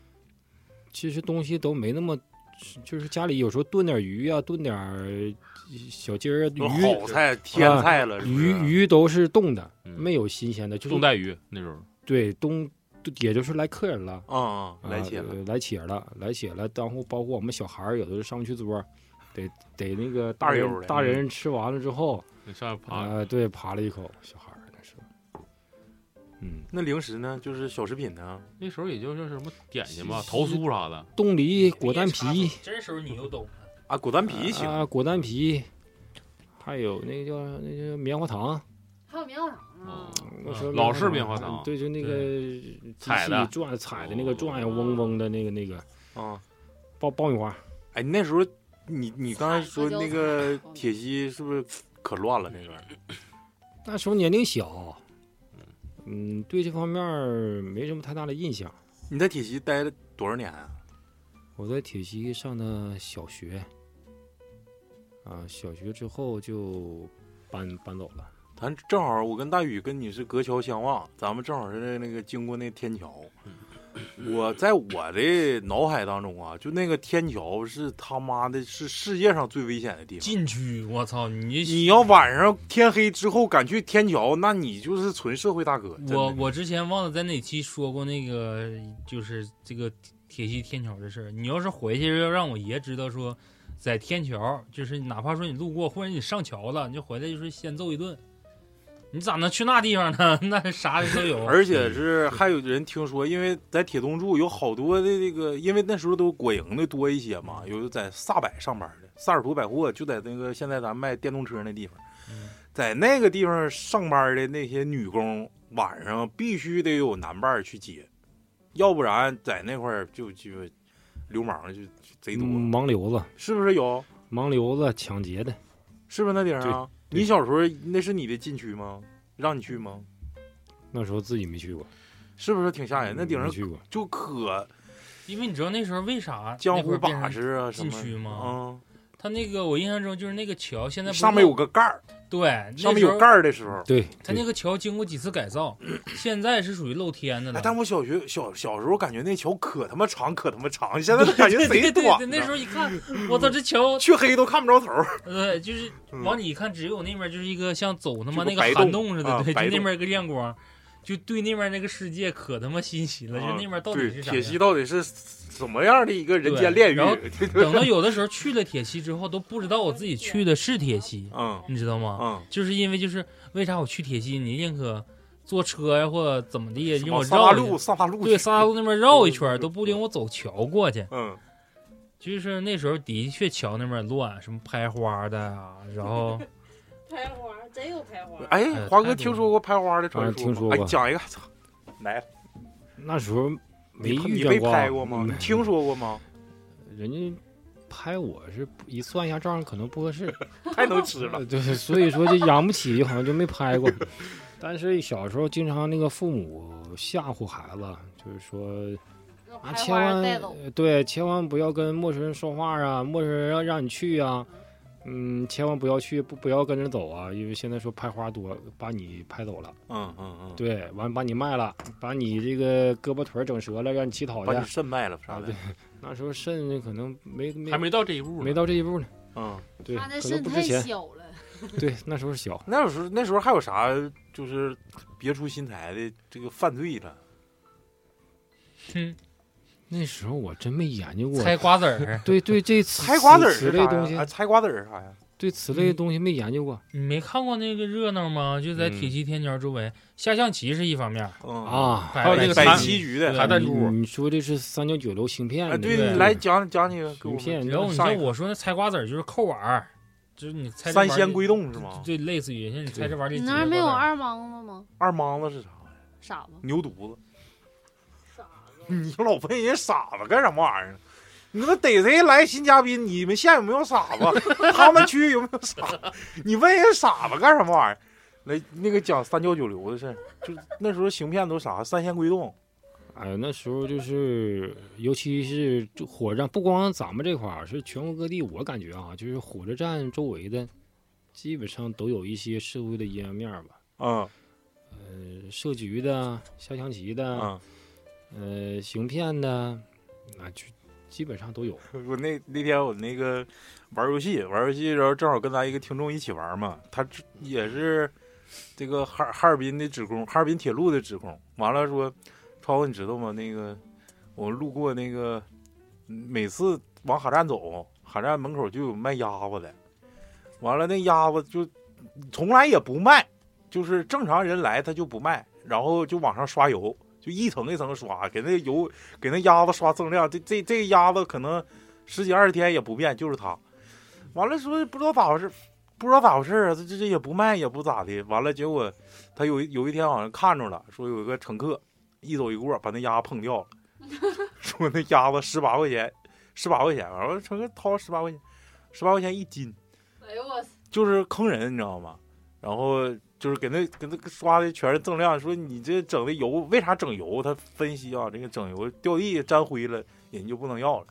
F: 其实东西都没那么就是家里有时候炖点鱼啊，炖点儿小鸡儿啊、
B: 都
F: 鱼啊
B: 好菜天菜了，是不是
F: 鱼鱼都是冻的，
D: 嗯
F: 没有新鲜的，就是
D: 冻带鱼那时候，
F: 对冻，也就是来客人了。
B: 嗯，嗯
F: 啊
B: 来切了，
F: 呃来且了，来且了。然后包括我们小孩儿，有的是上不去桌儿，得得那个大
B: 大悠
F: 人
B: 儿的嗯
F: 大人吃完了之后，
D: 那上面
F: 啊、
D: 爬
F: 对，扒了一口，小孩儿那是，嗯，
B: 那零食呢？就是小食品呢？
D: 那时候也就是什么点心吧，桃酥啥的，
F: 冻
B: 哎嗯
F: 梨、果丹皮
C: 这时候你又懂了，
B: 啊，果丹皮行，
F: 啊，果丹皮，还有那个叫那个叫棉花糖，
G: 还有棉花糖啊，
F: 我说
D: 嗯老式棉
F: 棉
D: 花
F: 糖
D: 糖，
F: 对，就那个
D: 踩的
F: 转踩的那个
D: 哦
F: 转呀，嗡嗡的那个那个
B: 嗯，
F: 爆爆米花，
B: 哎，你那时候你你刚才说
G: 菜
B: 那
G: 花椒
B: 个
G: 菜
B: 铁西是不是可乱了？那个
F: 那时候年龄小，嗯，对这方面儿没什么太大的印象。
B: 你在铁西待了多少年啊？
F: 我在铁西上的小学，啊，小学之后就搬搬走了。
B: 咱正好，我跟大宇跟你是隔桥相望，咱们正好是那个经过那天桥。我在我的脑海当中啊，就那个天桥是他妈的是世界上最危险的地方。
C: 禁区，我操你！
B: 你要晚上天黑之后敢去天桥，那你就是纯社会大哥。真的
C: 我我之前忘了在哪期说过那个，就是这个铁西天桥的事儿。你要是回去要让我爷知道说，在天桥，就是哪怕说你路过或者你上桥了，你就回来就是先揍一顿。你咋能去那地方呢？ *laughs* 那啥人都
F: 哦
B: *laughs*
C: 有。
B: 而且是还有人听说，因为在铁东住有好多的这个，因为那时候都国营的多一些嘛，有在萨百上班的，萨尔图百货就在那个现在咱卖电动车那地方，
C: 嗯
B: 在那个地方上班的那些女工，晚上必须得有男伴儿去接，要不然在那块儿就就流氓就就贼多，
F: 嗯盲流子，
B: 是不是有？
F: 盲流子抢劫的，
B: 是不是那地方啊？
F: 对对
B: 你小时候那是你的禁区吗？让你去吗？
F: 那时候自己没去过，
B: 是不是挺吓人？那顶
F: 没
B: 上
F: 嗯去过。
B: 就可。
C: 因为你知道那时候为啥
B: 江
C: 那会
B: 湖
C: 儿变
B: 把
C: 成
B: 式啊什
C: 禁
B: 么
C: 区吗？
B: 嗯，
C: 他那个我印象中就是那个桥，现在不是
B: 上面有个盖儿，
C: 对，
B: 上面有盖
C: 儿。
B: 儿的时候。
F: 对，
C: 他那个桥经过几次改造，现在是属于露天的
B: 哎
C: 了，。
B: 但我小学小小时候感觉那桥可他妈长，可他妈长，现在 *laughs* 感觉贼
C: 对对
B: 短
C: 对，
B: 呢。
C: 那时候一看，我操，这桥，
B: 去黑都看不着头儿。
C: 呃，就是
B: 嗯
C: 往里一看，只有那边就是一个像走他妈
B: 就个
C: 那个
B: 白
C: 涵
B: 洞
C: 洞似
B: 啊
C: 的，对，就
B: 白
C: 那
B: 洞
C: 边一个亮光，就对那边那个世界可他妈新奇了，就那边到底
B: 啊对，
C: 是啥
B: 铁西
C: 样？
B: 到底是怎么样的一个人间炼狱
C: 对然后？等到有的时候去了铁西之后，都不知道我自己去的是铁西，
B: 嗯
C: 你知道吗？
B: 嗯，
C: 就是因为就是为啥我去铁西，你宁可坐车呀或者怎么地，
B: 什
C: 让
B: 么
C: 我
B: 上大
C: 绕一
B: 路
C: 下
B: 上大路
C: 对
B: 去，
C: 沙拉路那边绕一圈，都不领我走桥过去。
B: 嗯，
C: 就是那时候的确桥那边乱，什么拍花的啊，然后
G: 拍花儿真有拍花儿。
B: 哎
C: 哎，
B: 华
C: 太
B: 哥
C: 多
B: 听
C: 了
B: 说过拍花的传
F: 啊
B: 说吗？
F: 听说
B: 哎
F: 过
B: 讲一个，操，来，
F: 那时候
B: 你
F: 没遇
B: 你
F: 见
B: 被拍过吗？
F: 嗯
B: 你听说过吗？
F: 人家拍我是一算一下账，可能不合适，
B: 太能吃了，
F: 对，所以说就养不起，好像就没拍过。但是小时候经常那个父母吓唬孩子，就是说
G: 让
F: 啊，
G: 拍
F: 千
G: 花儿
F: 万
G: 带走，
F: 呃对，千万不要跟陌生人说话啊，陌生人要让你去啊，嗯，千万不要去，不不要跟着走啊，因为现在说拍花多，把你拍走了，
B: 嗯嗯嗯，
F: 对，完把你卖了，把你这个胳膊腿儿整折了，让你乞讨
B: 把你
F: 去。
B: 肾卖了啥
F: 啊，
B: 的
F: 对，，那时候肾可能没没
D: 还没到这一步呢，
F: 没到这一步呢，
B: 嗯。
F: 对，
G: 他那
F: 可能
G: 肾
F: 不值
G: 太
F: 钱，
G: 小了，
F: *laughs* 对，那时候小，
B: 那时候那时候还有啥就是别出心裁的这个犯罪 *laughs* 了？嗯
C: 哼
F: 那时候我真没研究过，
C: 猜瓜
F: *laughs*
C: 子儿，
F: 对对，这词
B: 猜瓜子儿
F: 此
B: 是
F: 此
B: 啥
F: 类
B: 呀？
F: 东西
B: 啊，，嗯猜瓜子儿是啥呀？
F: 对此类东西没研究过
C: 你没看过那个热闹吗？就在铁西天桥周围，下象棋是一方面，
B: 嗯，
F: 啊。
C: 还
D: 还有那个
B: 摆
D: 弹
B: 棋局的
C: 对
D: 弹弹
F: 你
D: 珠，
F: 你说这是三九九楼芯片
B: 哎，
F: 那
B: 对
F: 个
B: 你来讲讲几个给我
F: 芯
B: 们。
F: 片，
C: 然后你
B: 上一
C: 像我说那猜瓜子儿就是扣碗儿，就是你猜这
B: 三
C: 玩意儿
B: 仙归洞是吗？
C: 对，类似于像你猜这玩意儿得几个
G: 你
C: 瓜子儿。
G: 那儿没有二盲子吗？
B: 二莽子是啥呀？
G: 傻子，
B: 牛犊子！
G: 傻
B: *laughs*
G: 子，
B: 你老问人家傻子干什么玩意儿呢？你们逮谁来新嘉宾？你们县有没有傻子？他们区有没有傻子？你问人家傻子干什么玩意儿？来，那个讲三教九流的事儿，就那时候行骗都啥三仙归洞，
F: 哎呀，那时候就是，尤其是就火车站，不光咱们这块儿，啊是全国各地，我感觉啊，就是火车站周围的，基本上都有一些社会的阴暗面儿吧。
B: 嗯
F: 呃，设局的、下象棋的、
B: 嗯
F: 呃，行骗的，那、就基本上都有。
B: *laughs* 我那那天我那个玩游戏，玩游戏的时候正好跟咱一个听众一起玩嘛，他只也是这个哈尔哈尔滨的职工，哈尔滨铁路的职工。完了说，超哥你知道吗？那个我路过那个，每次往哈站走，哈站门口就有卖鸭子的。完了那鸭子就从来也不卖，就是正常人来他就不卖，然后就往上刷油。就一层一层刷，给那油给那鸭子刷锃亮。这这这鸭子可能十几二十天也不变，就是它。完了说不知道咋回事，不知道咋回事啊，这这这也不卖也不咋的。完了结果他有一有一天好像看着了，说有一个乘客一走一过把那鸭碰掉了，说那鸭子十八块钱，十八块钱，完了乘客掏十八块钱，十八块钱一斤。
G: 哎呦我操！
B: 就是坑人，你知道吗？然后就是给那给那个刷的全是锃亮，说你这整的油为啥整油？他分析啊，这个整油掉地沾灰了，人就不能要了，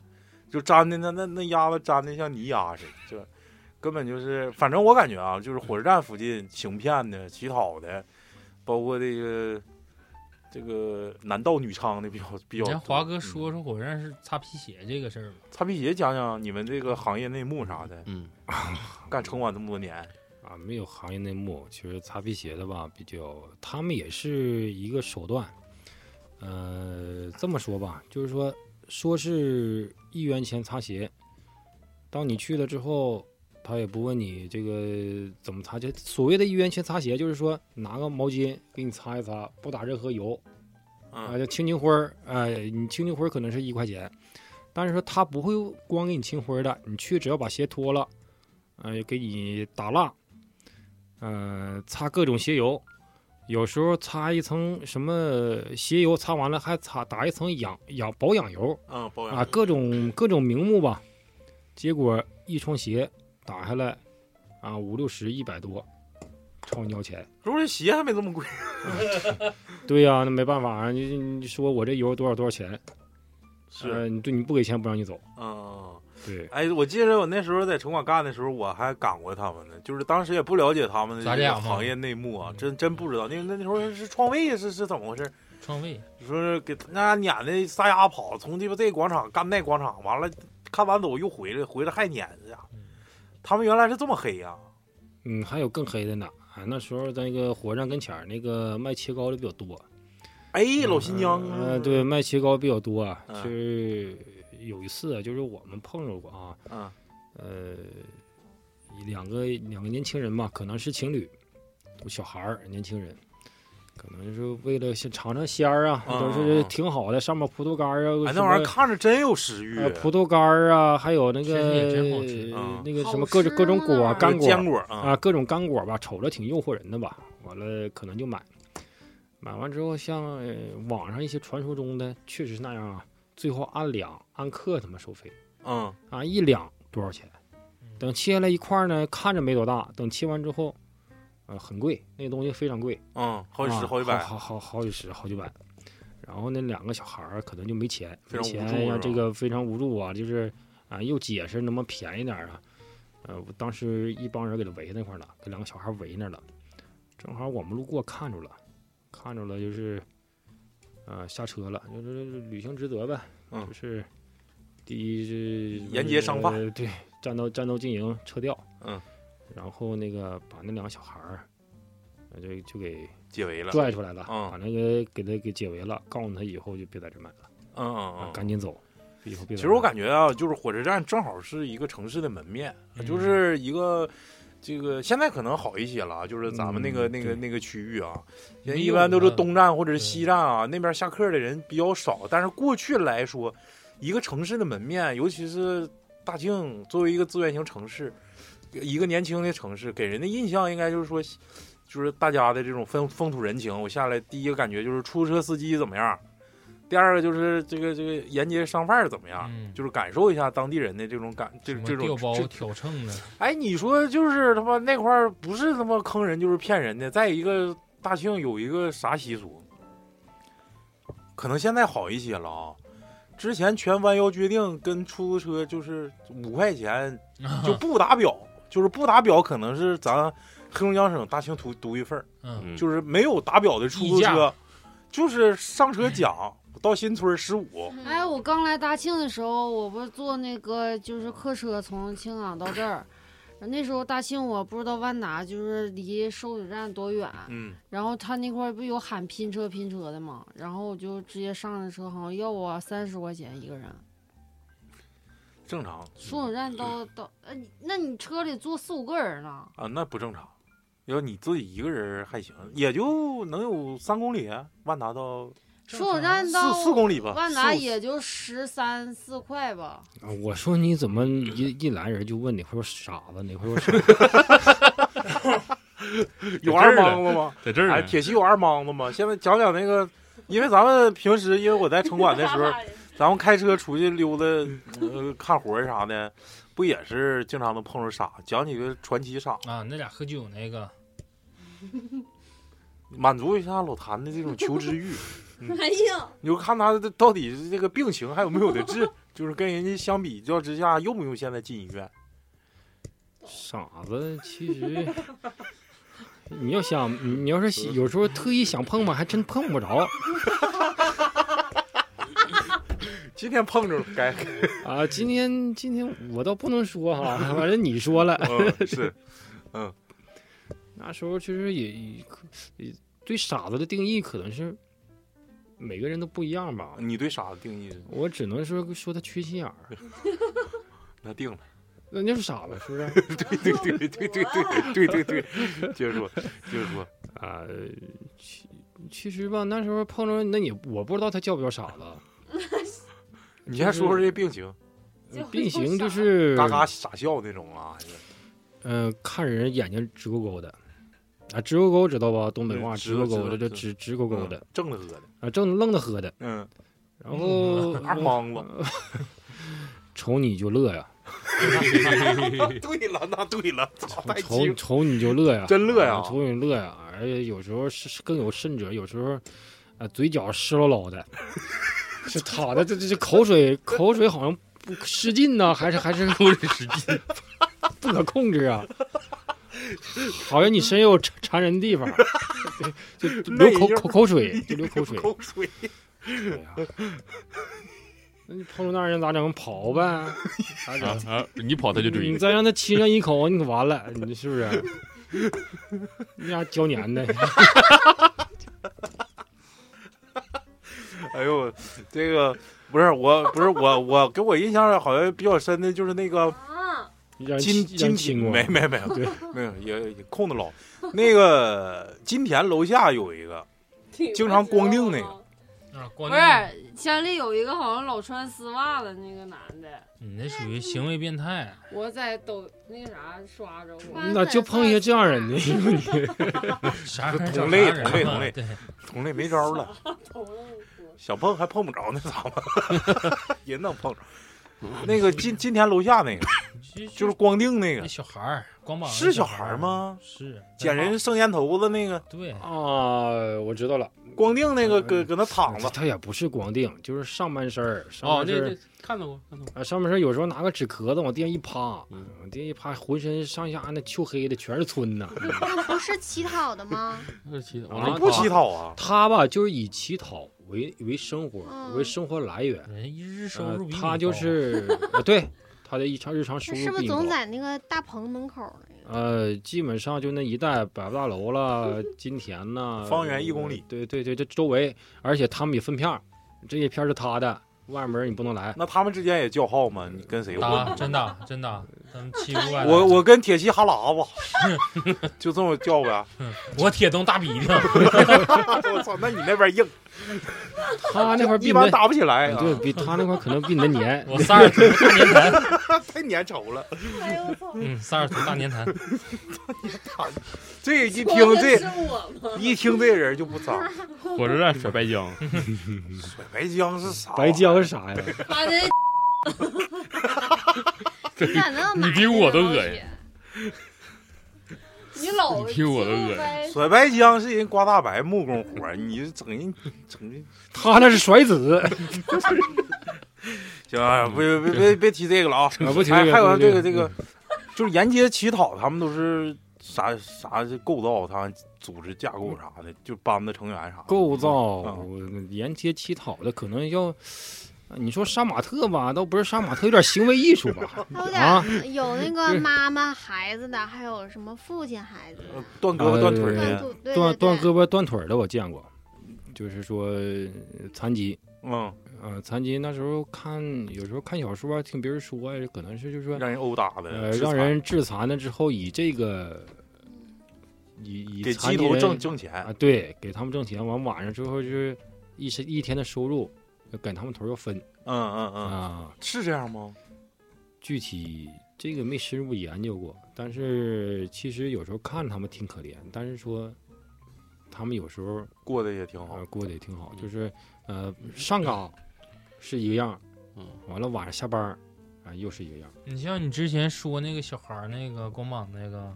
B: 就粘的那那那鸭子粘的像泥鸭似的，就根本就是，反正我感觉啊，就是火车站附近行骗的、乞讨的，包括这个这个男盗女娼的比较比较多。
C: 你让华哥说说火车站是擦皮鞋这个事儿吧。
B: 嗯，擦皮鞋讲讲你们这个行业内幕啥的，
D: 嗯，
B: 干城管这么多年，
F: 啊，没有行业内幕。其实擦皮鞋的吧，比较他们也是一个手段。呃，这么说吧，就是说，说是一元钱擦鞋，当你去了之后，他也不问你这个怎么擦鞋。所谓的一元钱擦鞋，就是说拿个毛巾给你擦一擦，不打任何油，啊，
B: 嗯
F: 叫青青灰儿，哎，你青青灰儿可能是一块钱，但是说他不会光给你青灰儿的，你去只要把鞋脱了，呃，给你打蜡，呃，擦各种鞋油，有时候擦一层什么鞋油，擦完了还擦打一层养养保养油
B: 嗯，保
F: 啊，各种各种名目吧，结果一双鞋打下来啊，五六十、一百多，朝你要钱。
B: 不是鞋还没这么贵。
F: 对呀、那没办法啊！你你说我这油多少多少钱？
B: 是，
F: 呃，你对你不给钱不让你走。
B: 嗯，
F: 对，
B: 哎，我记得我那时候在城管干的时候，我还赶过他们呢，就是当时也不了解他们的
C: 咱
B: 这
C: 俩
B: 个
C: 吗
B: 行业内幕
F: 嗯
B: 啊，真真不知道。那那那时候是创卫是是怎么回事？
C: 创卫，
B: 你说是给那撵的撒丫跑，从鸡巴这广场干那广场，完了看完走又回来，回来还撵呀。他们原来是这么黑呀、
F: 嗯，还有更黑的呢。啊，那时候在那个火车站跟前儿，那个卖切糕的比较多。
B: 哎，老新疆啊，
F: 呃，对，卖切糕比较多啊。
B: 嗯
F: 就是有一次啊，就是我们碰着过啊，
B: 嗯，
F: 呃，两个两个年轻人嘛，可能是情侣，都小孩儿，年轻人，可能就是为了先尝尝鲜儿啊，
B: 嗯
F: 都
B: 嗯
F: 是
B: 嗯
F: 挺好的，上面葡萄干儿啊，
B: 哎，
F: 什
B: 那玩意儿
F: 么
B: 看着真有食欲，
F: 呃，葡萄干儿啊，还有那
C: 其实
F: 个
C: 也真好吃
B: 啊
F: 那个
G: 好
F: 什么各种各种
G: 吃
F: 果啊
G: 呢
F: 干果
B: 坚果
F: 啊，
B: 啊，
F: 各种干果吧，瞅着挺诱惑人的吧，完了可能就买。买完之后，像、呃网上一些传说中的，确实是那样啊。最后按两按克他妈收费
B: 嗯，
F: 啊，一两多少钱？等切下来一块儿呢，看着没多大，等切完之后，呃，很贵，那个东西非常贵，
B: 嗯，好几十
F: 啊
B: 好几百，
F: 好好好几十，好几百。然后那两个小孩儿可能就没钱，
B: 非
F: 没
B: 常无
F: 钱
B: 助是
F: 呀
B: 吧，
F: 这个非常无助啊，就是啊，又解释能不能便宜点儿啊？呃，我当时一帮人给他围那块儿了，给两个小孩围那儿了，正好我们路过看着了，看着了就是，呃，下车了，就是履行职责呗，
B: 嗯
F: 就是第一是
B: 沿街商贩
F: 呃对，战斗战斗经营撤掉，
B: 嗯，
F: 然后那个把那两个小孩儿，呃就就给
B: 解围了，
F: 拽出来了，
B: 嗯
F: 把那个给他给解围了，告诉他以后就别在这儿买了，
B: 嗯嗯
F: 啊
B: 嗯，
F: 赶紧走，以后别。
B: 其实我感觉啊，就是火车站正好是一个城市的门面，
C: 嗯
B: 就是一个这个现在可能好一些了，啊就是咱们那个、
F: 嗯
B: 那个
F: 对
B: 那个区域啊，人
C: 没
B: 一
C: 有
B: 般都是
C: 了
B: 东站或者是西站啊，那边下客的人比较少。但是过去来说，一个城市的门面，尤其是大庆作为一个资源型城市，一个年轻的城市，给人的印象应该就是说，就是大家的这种风风土人情。我下来第一个感觉就是出租车司机怎么样，第二个就是这个这个沿街商贩儿怎么样。
C: 嗯，
B: 啊就是感受一下当地人的这种感，这
C: 什么
B: 这种
C: 调包
B: 这
C: 挑秤的，
B: 哎，你说就是他妈那块儿不是他妈坑人就是骗人的。再一个，大庆有一个啥习俗，可能现在好一些了啊。之前全弯腰决定跟出租车就是五块
C: *laughs*
B: 钱
C: 啊
B: 就不打表，就是不打表，可能是咱黑龙江省大
F: 啊
B: 庆独独一份儿。
C: 嗯，
B: 就是没有打表的出租
C: 溢价
B: 车，就是上车讲到新村十五，
E: 嗯
G: 哎，我刚来大庆的时候，我不是坐那个就是客车从青港到这儿，那时候大庆我不知道万达就是离收费站多远，
B: 嗯，
G: 然后他那块儿不有喊拼车拼车的嘛，然后我就直接上了车，好像要我三十块钱一个人。
B: 正常
G: 收费站
F: 嗯
G: 到到，呃，你那你车里坐四五个人呢？
B: 啊，那不正常。要你自己一个人还行，也就能有三公里，啊万达到
G: 收费
F: 啊
G: 站到
B: 四四公里吧，
G: 万达
B: 四五
G: 也就十三四块吧。
F: 啊我说你怎么
B: 嗯
F: 一一来人就问哪块儿傻子哪块儿
B: *laughs*
F: 傻？
B: 有
D: 在这
B: 二
D: 儿呢
B: 莽子吗？
D: 在这儿
B: 哎，
D: 呢，
B: 铁西有二莽子吗？现在讲讲那
G: *laughs*
B: 个，因为咱们平时，因为我在城管的时候，咱们开车出去溜达，呃，看活儿啥的，不也是经常能碰着傻？讲几个传奇傻，
C: 啊，那俩喝酒那个，
B: 满足一下老谭的这种求知 *laughs* 欲。嗯
E: 哎呀，
B: 你就看他到底是这个病情还有没有的治， *laughs* 就是跟人家相比较之下，用不用现在进医院？
F: 傻子其实你要想，你你要是
B: 嗯
F: 喜有时候特意想碰吧，还真碰不着
B: 今天碰着了，该、
F: 啊。今天今天我倒不能
B: *laughs*
F: 说哈，反正你说了。
B: 嗯、是
F: 那时候其实也也可也对傻子的定义可能是每个人都不一样吧。
B: 你对傻子定义是什么
F: 我只能说说他缺心眼儿，
B: 那 *laughs* 定了。
F: 那就是傻子，是 *laughs* 不是？
B: 对对对对对对对对对，接着说，接着说，
F: 啊、其其实吧，那时候碰着那也我不知道他叫不叫傻子，
B: 你先说说这病情，
E: 就
F: 并行就
E: 傻
F: 是
B: 嘎嘎傻笑那种啊，还是
F: 嗯、看人眼睛直勾勾的，啊，直勾勾知道吧？东北话
B: 嗯
F: 直勾勾
B: 知道知道
F: 的，这直直勾勾的，，
B: 正着喝的，
F: 啊，正愣的喝的，
B: 嗯，
F: 然 *laughs* 后
B: 二莽子。
F: 瞅你就乐呀，
B: 对了，那对了，操太
F: 瞅
B: 精，
F: 瞅你就乐
B: *laughs*
F: 呀，
B: 真乐呀
F: 啊瞅你乐呀，而且有时候是是更有甚者，有时候啊，嘴角湿漉漉的，是淌的这这这口水口水好像不失禁呢、还是还是
D: 口水使劲，
F: *laughs* 不可控制啊！好像你身上有馋馋人的地方，对，就流口
B: *laughs* 那一下
F: 口口水，就流口水。
B: 口水，
F: 哎呀那你碰着那样人咋整？跑
B: *laughs*
F: 呗，咋
D: 啊
F: 整？
D: 啊，你跑他就追
F: 你，再让他亲上一口，你可完了，你这是不是？你俩胶粘的，
B: 哎呦，这个不是我，不是我，我给我印象好像比较深的就是那个
E: 啊，
F: 让人
B: 金
F: 让
B: 金
F: 人亲
B: 田，
F: 过。
B: 没没没有，
F: 对，
B: 没有也也空的老，那个金田楼下有一个，经常光腚那个
C: 啊，
G: 不
C: 光腚，
G: 是，乡里有一个好像老穿丝袜的那个男的，
C: 你那属于行为变态。啊
G: 我在抖那个啥刷着
E: 啊
G: 我。
F: 你咋就碰一些这样人呢？
E: *laughs*
C: 啥人
B: 同
C: 找
B: 类
C: 啥人
B: 同类
C: 嘛
B: 同类
C: 对，
B: 同类没招了，
E: 头了我
B: 想碰还碰不着那咋办？ *laughs* 也能碰着。那个金金田楼下那个，
C: 其实
B: 就是光腚那
C: 那
B: 个，
C: 小孩儿，光膀子
B: 是
C: 小
B: 小
C: 孩
B: 孩
C: 儿
B: 儿？吗？
C: 是，
B: 捡人剩烟头子那个，
C: 对，
F: 啊，我知道了，啊
B: 光腚那个搁搁那躺着，
F: 他也不是光腚，就是上半身儿，上
D: 哦，
F: 半
D: 那
F: 身儿
D: 那看到过，看到过，
F: 啊，上半身有时候拿个纸壳子往地上一趴，
D: 嗯
F: 往地上一趴，浑身上下那黢黑的，全是皴呐。 *laughs*
E: 不是乞讨的吗？
D: 那是乞讨，
F: 啊
C: 嗯
D: 我
B: 不乞讨啊？
F: 他吧，就是以乞讨为为生活、
E: 嗯
F: 为生活来源，
C: 人一日收
F: 呃
C: 入比你
F: 他
C: 高
F: 就是、啊对他的日常日常收
E: 这是
F: 入
E: 不是
F: 并不
E: 总
F: 高。
E: 在那个大棚门口那个？
F: 呃，基本上就那一带，百货大楼啦、金田
B: *laughs*
F: 呐，
B: 方圆一公里
F: 呃对对对，这周围，而且他们也分片儿，这些片儿是他的，外门儿你不
B: *laughs*
F: 能来。
B: 那他们之间也叫号吗？你跟谁混？
C: 啊
B: 啊
C: 打真的真的，他们欺负外来
B: 我我跟铁西哈喇子， *laughs* 就这么叫呗。
C: 我铁东大鼻涕，
B: 我操，那你那边硬，
F: 他那块儿比
B: 一
F: 你
B: 般
F: 那，
B: 打不起来
F: 哎
B: 啊，
F: 对比他那块儿可能比你
B: *laughs*
F: 那黏。
C: 我萨尔图大年痰，
B: 太粘稠了。
E: 哎呦我操！
C: 嗯，萨尔图大年痰，
B: 这 *laughs* 一听
E: 说的
B: 这
E: 是我吗？
B: 一听这人就不脏，
D: 火车站甩白浆，
B: 甩白浆是啥？
F: 白浆是啥呀？
E: 把那
G: 你咋那
D: 你比我都恶心，
G: *laughs* 你老
D: 你比我都恶心
G: 心。
B: 甩白浆是人刮大白木工活儿，你整人整人。
F: 他那是
B: *laughs*
F: 甩子。
B: 行啊，别别别别提这个了啊！
F: 啊不提这
B: 哎
F: 个
B: 还有
F: 不提
B: 这个
F: 这个
B: 这个，就是沿街乞讨，他们都是啥啥构造，他组织架构啥的，就班子成员啥的
F: 构造，
B: 嗯
F: 我沿街乞讨的可能要，你说杀马特吧，倒不是杀马特，有点行为艺术吧？
E: 还有
F: 啊
E: 点有那
F: 对
E: 个妈妈孩子的，还有什么父亲孩子的
B: 呃断
F: 哎
B: 胳膊断腿
E: 断
B: 的，
E: 肚对
F: 断
E: 对
F: 断
E: 对
F: 胳膊断腿儿的我见过，就是说呃残疾，
B: 嗯，
F: 呃，残疾那时候看有时候看小说啊，听别人说啊，可能是就是说，
B: 让人殴打的，
F: 呃，
B: 致
F: 让
B: 残
F: 人致残了之后，以这个以以
B: 给
F: 残
B: 鸡
F: 疾
B: 头
F: 人
B: 挣挣钱
F: 啊，，对，给他们挣钱，完晚上之后就是一是一天的收入，给他们头儿要分
B: 嗯嗯嗯，
F: 啊。
B: 是这样吗？
F: 具体这个没深入研究过，但是其实有时候看他们挺可怜，但是说他们有时候
B: 过得也挺好
F: 呃，过得也挺好，
D: 嗯
F: 就是呃上岗是一个样儿，
D: 嗯，
F: 完了晚上下班儿啊、又是一个样儿，
C: 你像你之前说那个小孩儿那个光膀那个，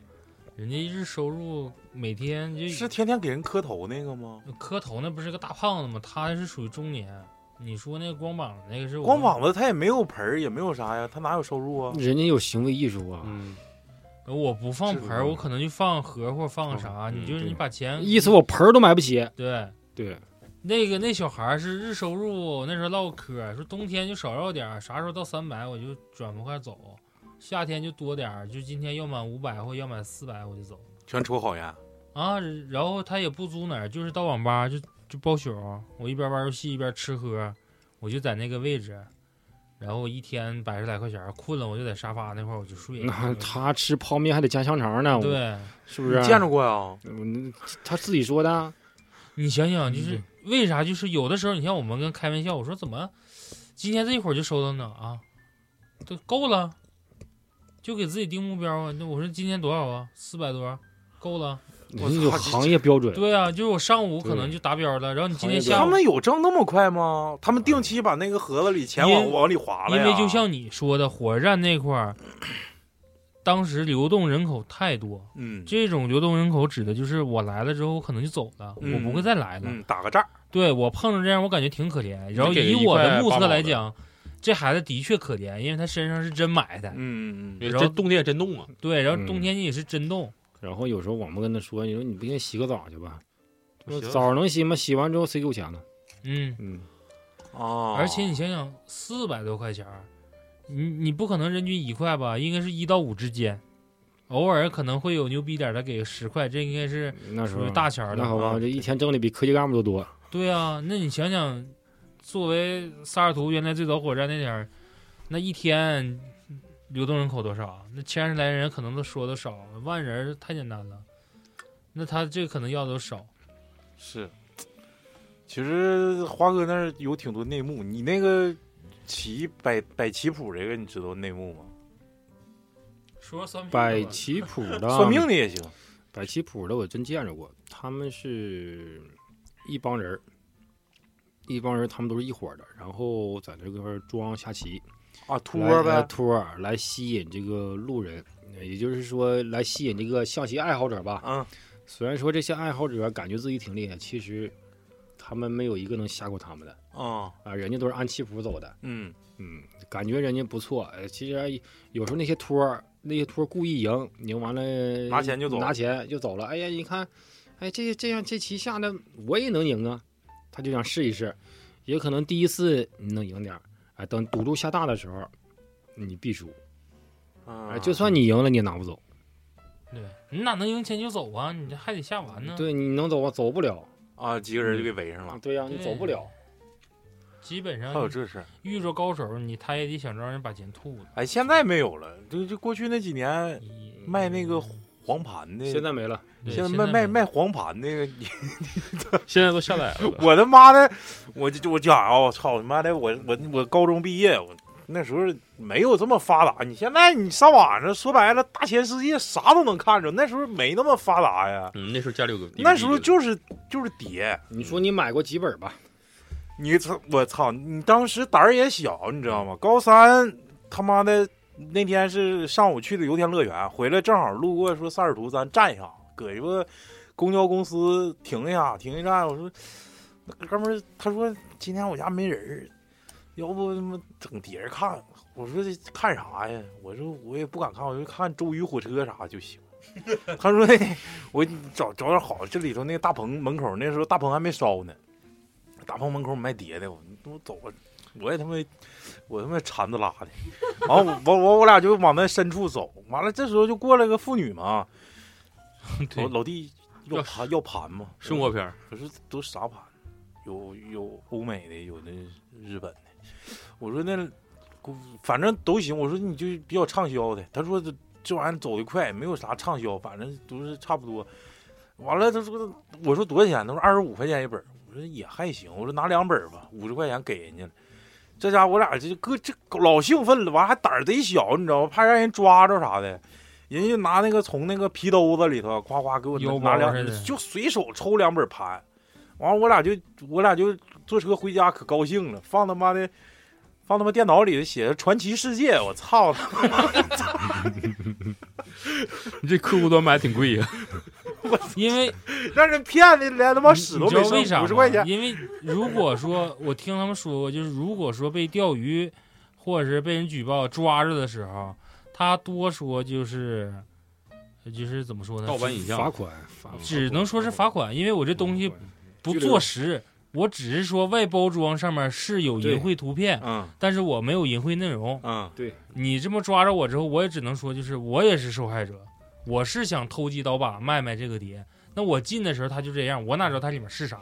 C: 人家日收入每天就是
B: 天天给人磕头那个吗？
C: 磕头那不是个大胖子吗？他是属于中年。你说那个光膀那个是我
B: 光膀子他也没有盆儿，也没有啥呀，他哪有收入啊？
F: 人家有行为艺术啊，
D: 嗯，
C: 我不放盆
B: 是
C: 儿，
B: 吗
C: 我可能就放盒或放个啥，
D: 嗯
C: 你就是
F: 对
C: 你把钱
F: 意思我盆儿都买不起，
C: 对。
F: 对，
C: 那个那小孩儿是日收入，那时候唠嗑说冬天就少要点儿，啥时候到三百我就转不快走，夏天就多点儿，就今天要满五百或要满四百我就走
B: 全抽好烟，
C: 啊。然后他也不租哪儿，就是到网吧就就包宿，我一边玩游戏一边吃喝，我就在那个位置，然后一天百十来块钱儿，困了我就在沙发那块儿我就睡。
F: 那他吃泡面还得加香肠呢，我
C: 对
F: 是不是？啊
B: 见着过呀？
F: 嗯他自己说的，啊
C: 你想想，就是为啥？就是有的时候，你像我们跟开玩笑，我说怎么今天这一会儿就收到呢啊？都够了，就给自己定目标啊。那我说今天多少啊？四百多啊，够了。
B: 我
F: 人家有
B: 操
F: 行业标准，
C: 对啊，就是我上午
F: 对
C: 可能就达标了，然后你今天
F: 行业
C: 下
B: 他
C: 午，
B: 们有挣那么快吗？他们定期把那个盒子里钱往
C: 因
B: 往里划了
C: 因
B: 呀
C: 为就像你说的，火车站那块儿，当时流动人口太多，
B: 嗯
C: 这种流动人口指的就是我来了之后，我可能就走了，
B: 嗯
C: 我不会再来了。
B: 嗯打个仗，
C: 对我碰上这样，我感觉挺可怜。然后
D: 给
C: 以
D: 一
C: 我
D: 块
C: 的目
D: 八毛
C: 测来
D: 的
C: 讲，这孩子的确可怜，因为他身上是真买的。
B: 嗯嗯嗯
D: 也
C: 然
D: 这
C: 后
D: 冬天也真冻啊，
C: 对，然后
F: 嗯
C: 冬天你也是真冻，
F: 然后有时候我们跟他说，你说你不行洗个澡去吧，
D: 我
F: 说
D: 洗个
F: 澡能洗吗？洗完之后谁给我钱呢？
C: 嗯。
F: 嗯，
D: 哦
B: 啊，
C: 而且你想想，四百多块钱儿，你你不可能人均一块吧？应该是一到五之间，偶尔可能会有牛逼点儿的给个十块，这应该是
F: 那时
C: 属
F: 候
C: 于大钱儿
F: 那
C: 的。
F: 好吧，
B: 嗯
F: 这一天挣的比科级干部都多。
C: 对啊，那你想想，作为萨尔图原来最早火车站那点儿，那一天流动人口多少？那千十来人可能都说的少，万人儿太简单了。那他这可能要的都少，
B: 是，其实华哥那儿有挺多内幕，你那个棋摆摆棋谱这个你知道内幕吗？
C: 说算命
F: 摆棋谱的，
B: 算命的也行，
F: 摆棋谱的我真见着过，他们是一帮人儿，一帮人，他们都是一伙儿的，然后在这块儿装下棋，
B: 啊，托
F: 来
B: 儿
F: 来
B: 呗，
F: 托儿来吸引这个路人，也就是说来吸引这个象棋爱好者吧。
B: 嗯，
F: 虽然说这些爱好者感觉自己挺厉害，其实他们没有一个能吓过他们的
B: 啊，
F: 啊，人家都是按棋谱走的。
B: 嗯，
F: 嗯，感觉人家不错。呃，其实有时候那些托儿，那些托儿故意赢，赢完了
B: 拿钱就走
F: 拿钱就走了。哎呀，你看，哎，这这样这棋下的我也能赢啊，他就想试一试，也可能第一次你能赢点儿，哎，等赌注下大的时候，你必输，
B: 啊
F: 哎，就算你赢了你也拿不走，
C: 对，你哪能赢钱就走啊？你这还得下完呢。，
F: 对，你能走啊，走不了，
B: 啊，几个人就给围上了，
F: 对呀、你
C: 对
F: 走不了，
C: 基本
B: 还有
C: 上
B: 这事儿。
C: 遇着高手，你他也得想着让人把钱吐了。
B: 哎，现在没有了，就就过去那几年卖那个黄盘的，
F: 现在没了，
C: 对
B: 现在
C: 现
B: 卖
C: 在
B: 卖
C: 没
B: 卖黄盘那个，。
D: 现在都下载
F: *laughs*
D: 了
B: 我他妈的，我就我讲啊，我操他妈的，我我我高中毕业，我那时候没有这么发达。你现在你上网上说白了，大千世界啥都能看着，那时候没那么发达呀。
D: 嗯，那时候家里有个
B: 那时候就是就是碟，
F: 你说你买过几本吧？
B: 你操我操，你当时胆儿也小，你知道吗？高三他妈的那天是上午去的游天乐园，回来正好路过，说萨尔图咱站一下，搁一个公交公司停一下，停一站。我说那哥们儿，他说今天我家没人儿，要不他妈整碟儿看？我说这看啥呀？我说我也不敢看，我就看周瑜火车啥就行。他说那我找找点好，这里头那个大棚门口那时候大棚还没烧呢，大棚门口卖碟的，我我走吧，我也他妈我他妈馋子拉的，完我我我我俩就往那深处走，完了这时候就过来个妇女嘛，
D: *laughs* 对
B: 老老弟要
D: 要
B: 盘要盘嘛，
D: 生活片儿，
B: 可是都啥盘？有有欧美的，有那日本的。我说那，反正都行。我说你就比较畅销的。他说这这玩意儿走得快，没有啥畅销，反正都是差不多。完了，他说我说多少钱？他说二十五块钱一本儿。我说也还行。我说拿两本儿吧，五十块钱给人家了。这家伙我俩这就搁这老兴奋了，完还胆儿贼小，你知道吗？怕让人抓着啥的。人家就拿那个从那个皮兜子里头夸夸给我
C: 腰包
B: 拿两
C: 似的，
B: 就随手抽两本盘，完了我俩就我俩就坐车回家，可高兴了，放他妈的，放他妈电脑里写着《传奇世界》，我操他妈！
D: 你这客户端买还挺贵呀。
C: 因为
B: 让人骗的连他妈屎
C: 你
B: 都
C: 知道
B: 没
C: 为啥
B: 剩，
C: 吗
B: 五十块钱。
C: 因为如果说我听他们说过，就是如果说被钓鱼或者是被人举报抓着的时候，他多说就是就是怎么说呢？
D: 盗版影像
F: 罚款，罚款
C: 只能说是罚款，因为我这东西
B: 嗯
C: 不
F: 拘留
C: 坐实。我只是说外包装上面是有淫秽图片，
B: 嗯
C: 但是我没有淫秽内容。
B: 嗯，
C: 你这么抓着我之后，我也只能说，就是我也是受害者，我是想偷鸡倒把卖卖这个碟。那我进的时候他就这样，我哪知道它里面是啥？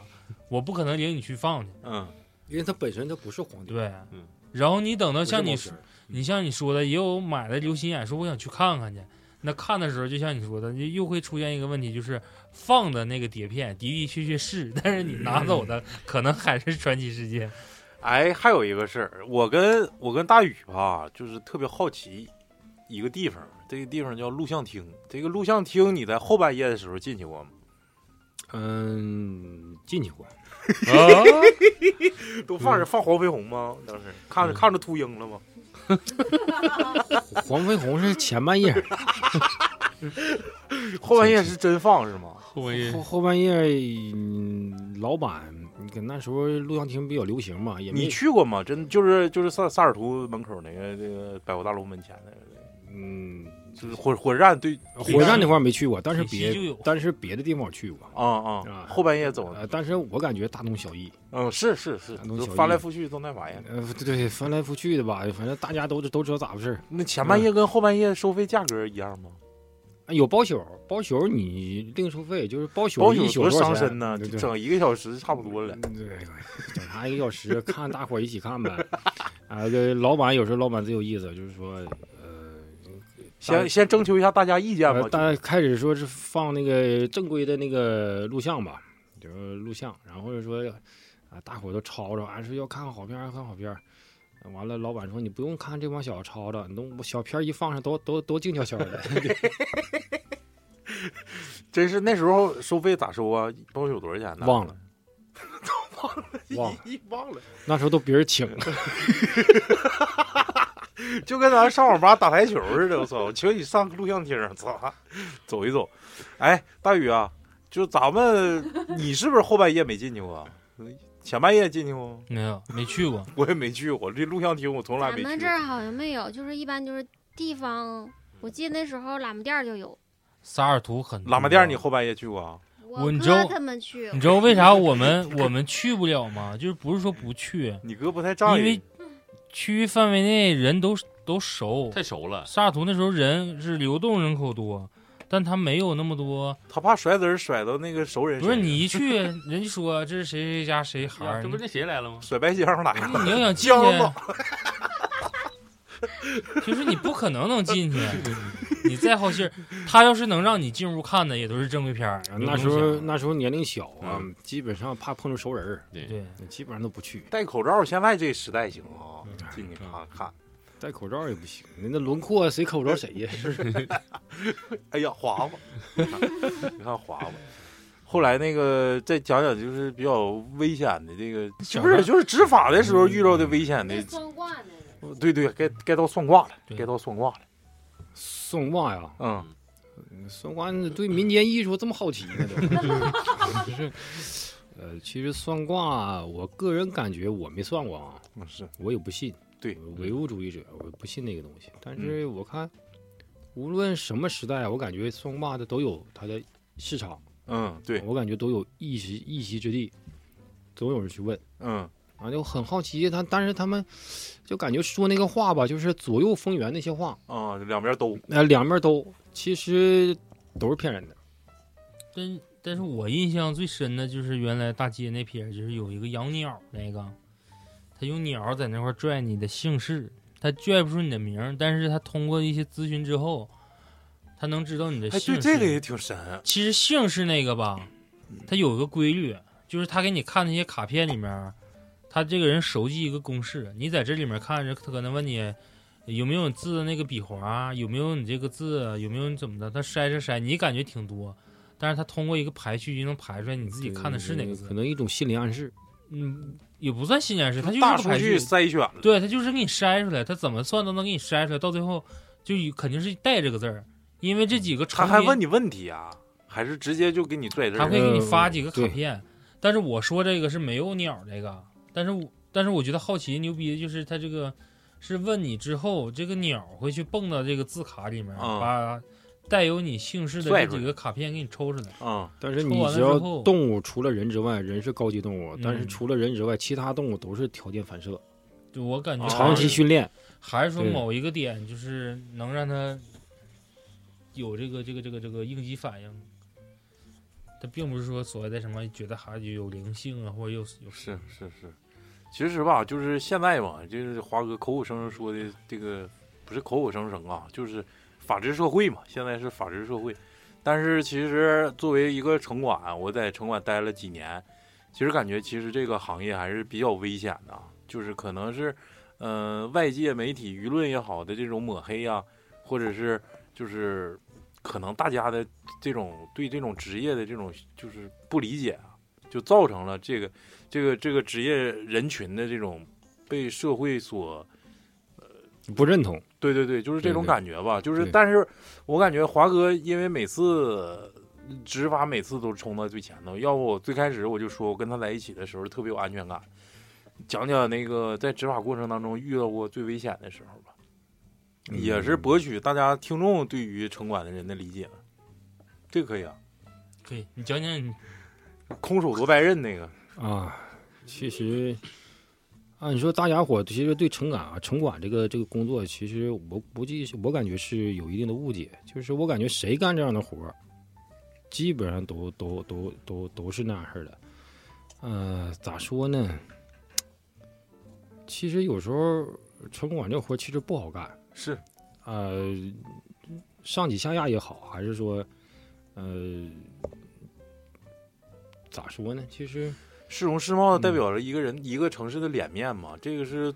C: 我不可能领你去放去，
B: 嗯，
F: 因为它本身它不是黄碟，
C: 对不对？
D: 嗯
C: 然后你等到
F: 不是
C: 像你
F: 毛
C: 说
F: 片儿，嗯
C: 你像你说的，也有买的流心眼，说我想去看看去。那看的时候，就像你说的，又又会出现一个问题，就是放的那个碟片的的确确是， *laughs* 但是你拿走的可能还是传奇世界。
B: 哎，还有一个事儿，我跟我跟大宇吧，就是特别好奇一个地方，这个地方叫录像厅。这个录像厅，你在后半夜的时候进去过吗？
F: 嗯，进去过，
D: 啊，
B: *laughs* 都放着放黄飞鸿吗？当时看着看着秃鹰了吗？
F: 黄飞鸿是前半夜，
B: *laughs* 后半夜是真放是吗？
D: 后半夜
F: 后后半夜，嗯老板，你看那时候录像厅比较流行嘛，也
B: 你
F: 没，
B: 去过吗？真就是就是萨萨尔图门口那个那个百货大楼门前那个，
F: 嗯，
B: 就是火火车站对
F: 火车站那块儿没去过，但是
C: 铁西
F: 别
C: 就有，
F: 但是别的地方我去过，
B: 啊啊、
F: 啊
B: 后半夜走的，
F: 呃，但是我感觉大同小异，
B: 嗯，是是是，
F: 啊弄
B: 就
F: 小
B: 翻
F: 艺
B: 来覆去都那玩意儿。
F: 呃，对对，翻来覆去的吧，反正大家都都知道咋回事儿。
B: 那前半夜跟后半夜收费价格一样吗？
F: 啊有包宿，包宿你另收费，就是包宿
B: 包
F: 一
B: 宿
F: 宿
B: 多
F: 少
B: 伤
F: 钱
B: 身呢，
F: 对
B: 就
F: 对
B: 整一个小时差不多了。
F: 嗯对，整他一个小时，看大伙儿一起看呗。 *laughs* 啊，这老板有时候老板最有意思，就是说，呃，
B: 先先征求一下大家意见吧
F: 呃，大家开始说是放那个正规的那个录像吧，就是录像，然后就说啊，大伙儿都吵着，啊，说要看好片儿，看好片儿。啊完了，老板说你不用看这帮小子吵着，你都小片儿一放上都都都静悄悄的。 *laughs*
B: 真是那时候收费咋收啊？包宿多少钱呢？
F: 忘了，忘了，
B: *laughs* 一忘了，
F: 那时候都别人请，
B: *laughs* 就跟咱上网吧打台球似的。我操，请你上录像厅，操，走一走。哎，大宇啊，就咱们，你是不是后半夜没进去过？啊前半夜进去过？
F: 嗯
C: 没有，没去过。
B: 我也没去过，这录像厅我从来
E: 咱
B: 没
E: 们
B: 去
E: 这
B: 过。
E: 儿好像没有，就是一般就是地方，我记得那时候喇嘛店儿就有，
C: 萨尔图很多
B: 喇嘛店你后半夜去过啊？
E: 我
C: 温
E: 哥
C: 州嗯
E: 他们去
C: 你，知道为啥我们我们去不了吗？就是不是说不去，
B: 你哥不太仗
C: 因
B: 义
C: 为，区域范围内人都都熟。
D: 太熟了，
C: 萨尔图那时候人是流动人口多，但他没有那么多。
B: 他怕甩子儿甩到那个熟人身
C: 不
B: 上。
C: 是你一去，人家说这是谁谁家谁 *laughs* 孩
D: 呀
C: 儿，
D: 这不
C: 你
D: 那谁来了吗？
B: 甩白香来了，
C: 你要想进
B: 姜了
C: 去，就是你不可能能进去。你再好心儿，他要是能让你进屋看的，也都是正规片儿。
F: 啊那
C: 流动
F: 时
C: 性
F: 候那时候年龄小啊，
D: 嗯
F: 基本上怕碰着熟人儿，
D: 对，
C: 对，
F: 基本上都不去。
B: 戴口罩，现在这时代行啊，进去看看。
F: 戴口罩也不行，那轮廓谁口罩谁呀？ *laughs* 是不是？
B: 哎呀，华子， *laughs* 你看华子。后来那个再讲讲，就是比较危险的这个，
C: 小
B: 不是就是执法的时候遇到的危险的
G: 那，算卦呢？
B: 对对，该该到算卦了，
C: 对
B: 该到算卦了，
F: 算卦呀，
B: 嗯，
F: 算卦你对民间艺术这么好奇呢？都就是， *laughs* 呃，其实算卦，我个人感觉我没算过啊，
B: 嗯是
F: 我也不信。
B: 对嗯
F: 我唯物主义者，我不信那个东西。但是我看无论什么时代啊，我感觉双霸的都有它的市场，
B: 嗯，对，
F: 我感觉都有一席一席之地，总有人去问
B: 嗯
F: 啊，就很好奇他，但是他们就感觉说那个话吧，就是左右逢源那些话，
B: 啊，两边都
F: 呃，两面都其实都是骗人的。
C: 但但是我印象最深的就是原来大街那撇儿，就是有一个养鸟那个，他用鸟在那块儿拽你的姓氏，他拽不出你的名儿，但是他通过一些咨询之后，他能知道你的
B: 哎，
C: 姓
B: 对，
C: 氏。
B: 这个也挺神，
C: 其实姓氏那个吧，它有一个规律，就是他给你看那些卡片里面，他这个人熟记一个公式，你在这里面看着，他可能问你有没有字的那个笔划，有没有你这个字，有没有你怎么的，他筛筛筛，你感觉挺多，但是他通过一个排序就能排出来你自己看的是哪个
F: 可
C: 字，
F: 能一种心理暗示。
C: 嗯，也不算新鲜事，他就是
B: 大
C: 个
B: 数
C: 排
B: 据
C: 序，
B: 筛选了，
C: 对他就是给你筛出来，他怎么算都能给你筛出来，到最后就有肯定是带这个字儿，因为这几个
B: 他
C: 常
B: 还
C: 年
B: 问你问题啊，还是直接就给你拽这
C: 他
B: 儿？
C: 会给你发几个卡片。但是我说这个是没有鸟这个，但是我但是我觉得好奇牛逼的就是他这个是问你之后，这个鸟会去蹦到这个字卡里面，
B: 嗯
C: 把带有你姓氏的
B: 拽
C: 这
B: 出来
C: 几个卡片给你抽出来。
B: 嗯，
F: 但是
C: 抽
F: 你
C: 完
F: 只
C: 了
F: 要
C: 之后
F: 动物除了人之外，人是高级动物，但是
C: 嗯
F: 除了人之外，其他动物都是条件反射，
C: 就我感觉
B: 哦
F: 长期训练。
C: 还是说
F: 对
C: 某一个点就是能让他有这个这个这个这个应激反应。他并不是说所谓的什么觉得孩子有灵性啊，或者有有
B: 是是是，其实吧，就是现在吧，就是华哥口口声声说的这个，不是口口声声啊，就是法治社会嘛，现在是法治社会。但是其实作为一个城管，我在城管待了几年，其实感觉其实这个行业还是比较危险的啊，就是可能是，呃，外界媒体舆论也好的这种抹黑呀、啊或者是就是可能大家的这种对这种职业的这种就是不理解啊，就造成了这个这个这个职业人群的这种被社会所
F: 不认同，
B: 对对对，就是这种
F: 对对
B: 感觉吧。就是，
F: 对
B: 但是我感觉华哥因为每次执法每次都冲到最前头，要不我最开始我就说我跟他在一起的时候特别有安全感。讲讲那个在执法过程当中遇到过最危险的时候吧，也是博取大家听众对于城管的人的理解。这个可以啊，
C: 可以，你讲讲你
B: 空手夺白刃那个，
F: 啊，其实啊，你说大家伙其实对城管啊、城管这个这个工作，其实我估计是我感觉是有一定的误解，就是我感觉谁干这样的活儿，基本上都都都都都是那样式儿的。呃，咋说呢？其实有时候城管这活儿其实不好干，
B: 是
F: 呃，上挤下压也好，还是说，呃，咋说呢？其实。
B: 市容市貌
F: 嗯
B: 代表着一个人、一个城市的脸面嘛，这个是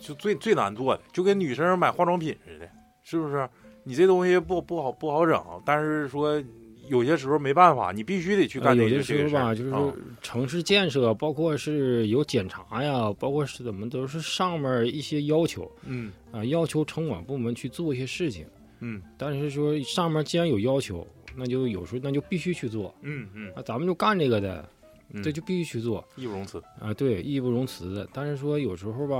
B: 就最最难做的，就跟女生买化妆品似的，是不是？你这东西不不好不好整，但是说有些时候没办法，你必须得去
F: 呃
B: 干这
F: 有
B: 个、
F: 的
B: 这
F: 时
B: 个
F: 候
B: 事
F: 吧，
B: 儿
F: 就是
B: 啊
F: 说城市建设，包括是有检查呀，包括是怎么都是上面儿一些要求
B: 嗯
F: 啊、要求城管部门去做一些事情。
B: 嗯，
F: 但是说上面既然有要求，那就有时候那就必须去做
B: 嗯嗯，
F: 啊，咱们就干这个的，
B: 嗯
F: 这就必须去做
B: 义不容辞。
F: 啊，对，义不容辞的。但是说有时候吧，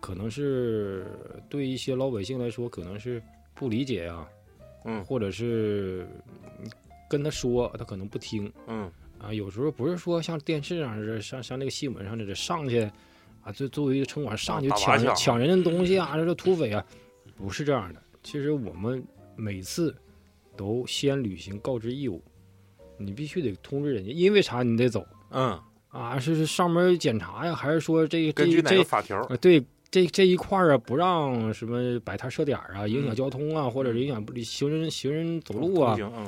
F: 可能是对一些老百姓来说，可能是不理解呀，
B: 嗯
F: 或者是嗯跟他说，他可能不听。
B: 嗯
F: 啊，有时候不是说像电视上这像像那个新闻上这这上去啊，就作为一个城管上去
B: 打麻
F: 抢
B: 将
F: 人抢人家东西啊，这这土匪啊，不是这样的。其实我们每次都先履行告知义务，你必须得通知人家，因为啥你得走
B: 嗯，
F: 啊？是是上面有检查呀，还是说这
B: 根据
F: 这
B: 哪个
F: 这
B: 法条？
F: 啊对？这这一块儿啊，不让什么摆摊设点儿啊，影响
B: 嗯
F: 交通啊，或者是影响不行人行人走
B: 走
F: 路啊，
B: 行，嗯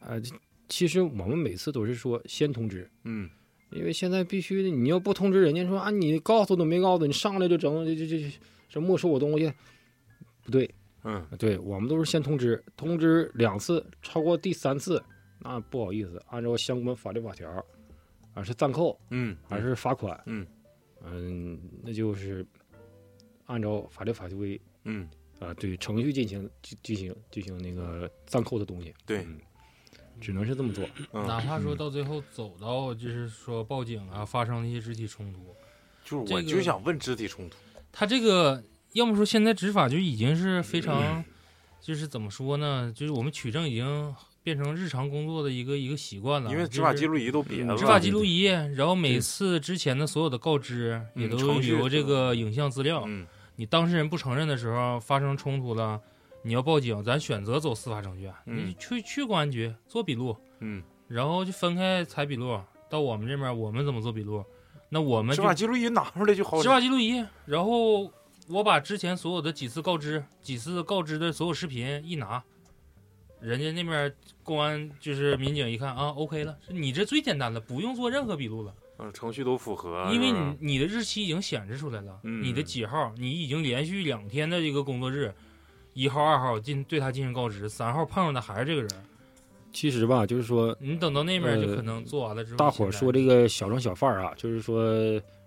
F: 啊，这其实我们每次都是说先通知，
B: 嗯，
F: 因为现在必须的，你要不通知人家说啊，你告诉都没告诉，你上来就整这这这这没收我东西，不对，
B: 嗯，
F: 对我们都是先通知，通知两次，超过第三次，那不好意思，按照相关法律法条，啊是暂扣
B: 嗯，
F: 还是罚款，
B: 嗯
F: 嗯，那就是按照法律法规
B: 嗯
F: 啊对程序进行进进行进行那个暂扣的东西，
B: 对
F: 嗯只能是这么做，
B: 嗯，
C: 哪怕说到最后走到就是说报警啊，发生了一些肢体冲突，
B: 就是我
C: 这个
B: 就想问肢体冲突。嗯
C: *clears throat* 他这个要么说现在执法就已经是非常就是怎么说呢？就是我们取证已经变成日常工作的一个一个习惯了，
B: 因为执法
C: 就是
B: 记录仪都
F: 嗯
B: 别了，
C: 执法记录仪，然后每次之前的所有的告知
B: 嗯
C: 也都
B: 程序
C: 有这个影像资料。
B: 嗯，
C: 你当事人不承认的时候，发生冲突了，你要报警，咱选择走司法程序，啊
B: 嗯
C: 你去去公安局做笔录，
B: 嗯，
C: 然后就分开采笔录，到我们这边我们怎么做笔录？那我们
B: 执
C: 就
B: 法记录仪拿出来就好
C: 执法记录仪，然后我把之前所有的几次告知、几次告知的所有视频一拿，人家那边公安就是民警一看啊，OK 了，你这最简单了，不用做任何笔录了。
B: 嗯，程序都符
F: 哎
B: 合，
C: 因为
B: 是
C: 你
B: 吧
C: 你的日期已经显示出来了，
B: 嗯
C: 你的几号，你已经连续两天的一个工作日，一号、二号进对他进行告知，三号碰上的还是这个人，
F: 其实吧，就是说
C: 你等到那边
F: 呃
C: 就可能做完了之
B: 嗯
C: 后。
F: 大伙儿说
C: 的
F: 这个小商小贩儿啊，就是说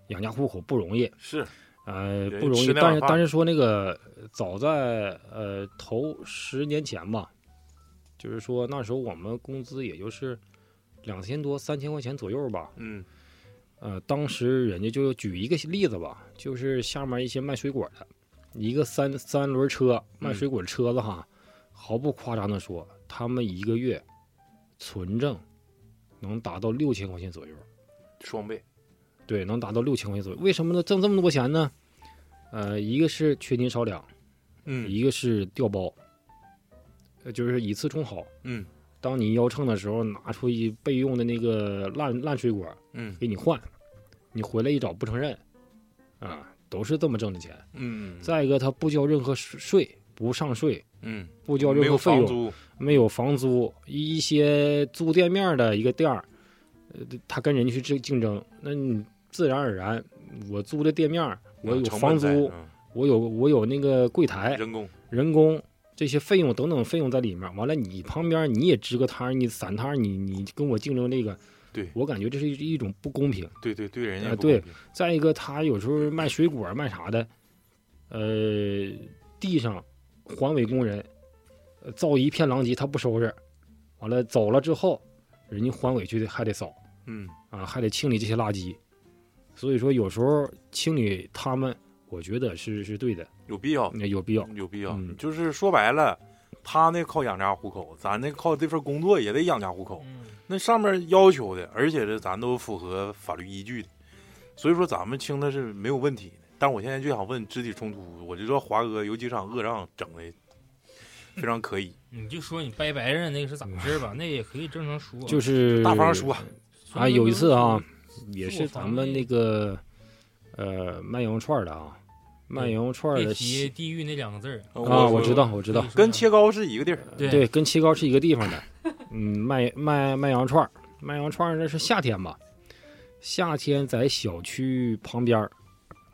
F: 养家糊口不容易，
B: 是
F: 呃，
B: 对
F: 不容易
B: 吃。那
F: 但
B: 碗
F: 是
B: 饭
F: 但是说那个早在呃头十年前吧，就是说那时候我们工资也就是两千多三千块钱左右吧。
B: 嗯
F: 呃，当时人家就举一个例子吧，就是下面一些卖水果的，一个三三轮车
B: 嗯
F: 卖水果的车子哈，毫不夸张的说，他们一个月存挣能达到六千块钱左右。
B: 双倍，
F: 对，能达到六千块钱左右。为什么呢？挣这么多钱呢？呃，一个是缺斤少两，
B: 嗯
F: 一个是调包，呃，就是以次充好。
B: 嗯
F: 当你腰秤的时候，拿出一备用的那个烂烂水果
B: 嗯
F: 给你换，你回来一找不承认，啊，都是这么挣的钱。
B: 嗯
F: 再一个，他不交任何税，不上税，
B: 嗯，
F: 不交
B: 没
F: 任
B: 有
F: 何费
B: 房
F: 用，
B: 租，嗯
F: 没有房租，一一些租店面的一个店儿，呃，他跟人家去竞竞争，那你自然而然，我租的店面儿，我有
B: 啊成
F: 房
B: 本在
F: 租，哎
B: 嗯
F: 我有我有那个柜台、
B: 人工，
F: 人工这些费用等等费用在里面。完了，你旁边你也支个摊儿，你散摊儿，你你跟我竞争这个，
B: 对
F: 我感觉这是一一种不公平。
B: 对对对，人家
F: 呃
B: 不
F: 对
B: 公平，
F: 再一个，他有时候卖水果卖啥的，呃，地上环卫工人呃造一片狼藉，他不收拾，完了走了之后，人家环卫去还得扫
B: 嗯
F: 啊，还得清理这些垃圾。所以说，有时候清理他们，我觉得是是对的，
B: 有必要
F: 那有必要。
B: 有必要，
F: 嗯
B: 就是说白了。他那靠养家糊口，咱那靠这份工作也得养家糊口。
F: 嗯
C: 嗯
B: 那上面要求的，而且是咱都符合法律依据的，所以说咱们听的是没有问题的。但我现在就想问，肢体冲突，我就知道华哥有几场恶仗整的非常可以，
C: 你就说你掰白人那个是咋回事吧，那也可以正常说。
F: 嗯就是
B: 大方说，
C: 从
F: 啊，有一次啊，也
C: 自我
F: 是
C: 防
F: 咱们
C: 卫
F: 那个呃卖羊肉串儿的啊，卖羊肉串儿
C: 别
F: 的
C: 提地狱那两个字儿，
F: 啊，我
B: 我
F: 知道，我知道。
B: 跟切糕是一个地儿，
C: 对
F: 对，跟切糕是一个地方的。嗯，卖卖卖羊肉串儿，卖羊肉串儿那是夏天吧？夏天在小区旁边儿，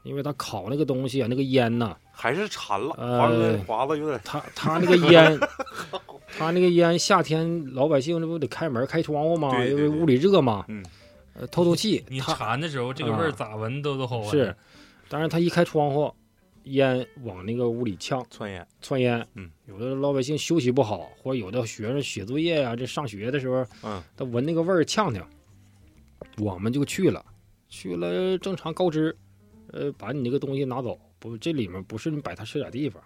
F: 因为他烤那个东西啊，那个烟呐、
B: 还是馋了。
F: 呃
B: 华哥华子有点
F: 他他那个
B: *laughs*
F: 烟，他那个烟，夏天老百姓这不得开门开窗户吗？
B: 对
F: 因
B: 对
F: 为
B: 对
F: 屋里热嘛，
B: 嗯
F: 呃，透透气。
C: 你
F: 他
C: 馋的时候这个味儿
F: 啊
C: 咋闻都都好闻。
F: 是，但是他一开窗户，烟往那个屋里呛，
B: 窜烟，
F: 窜烟。
B: 嗯，
F: 有的老百姓休息不好，或者有的学生写作业啊，这上学的时候，
B: 嗯，
F: 他闻那个味儿呛呛。我们就去了，去了正常告知，呃，把你那个东西拿走，不，这里面不是你摆它吃点地方，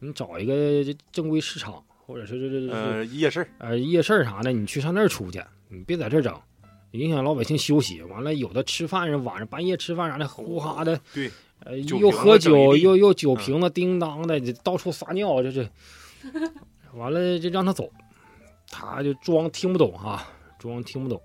F: 你找一个正规市场，或者是这这这这
B: 呃，夜市，
F: 呃夜市儿啥的，你去上那儿出去，你别在这儿整，影响老百姓休息。完了，有的吃饭人晚上半夜吃饭啥的，呼哈的，
B: 对，
F: 呃，
B: 酒
F: 又
B: 瓶
F: 喝
B: 子整一
F: 酒，
B: 地
F: 又又酒
B: 嗯
F: 瓶子叮当的，这到处撒尿，
B: *laughs*
F: 这这，完了就让他走，他就装听不懂哈、装听不懂。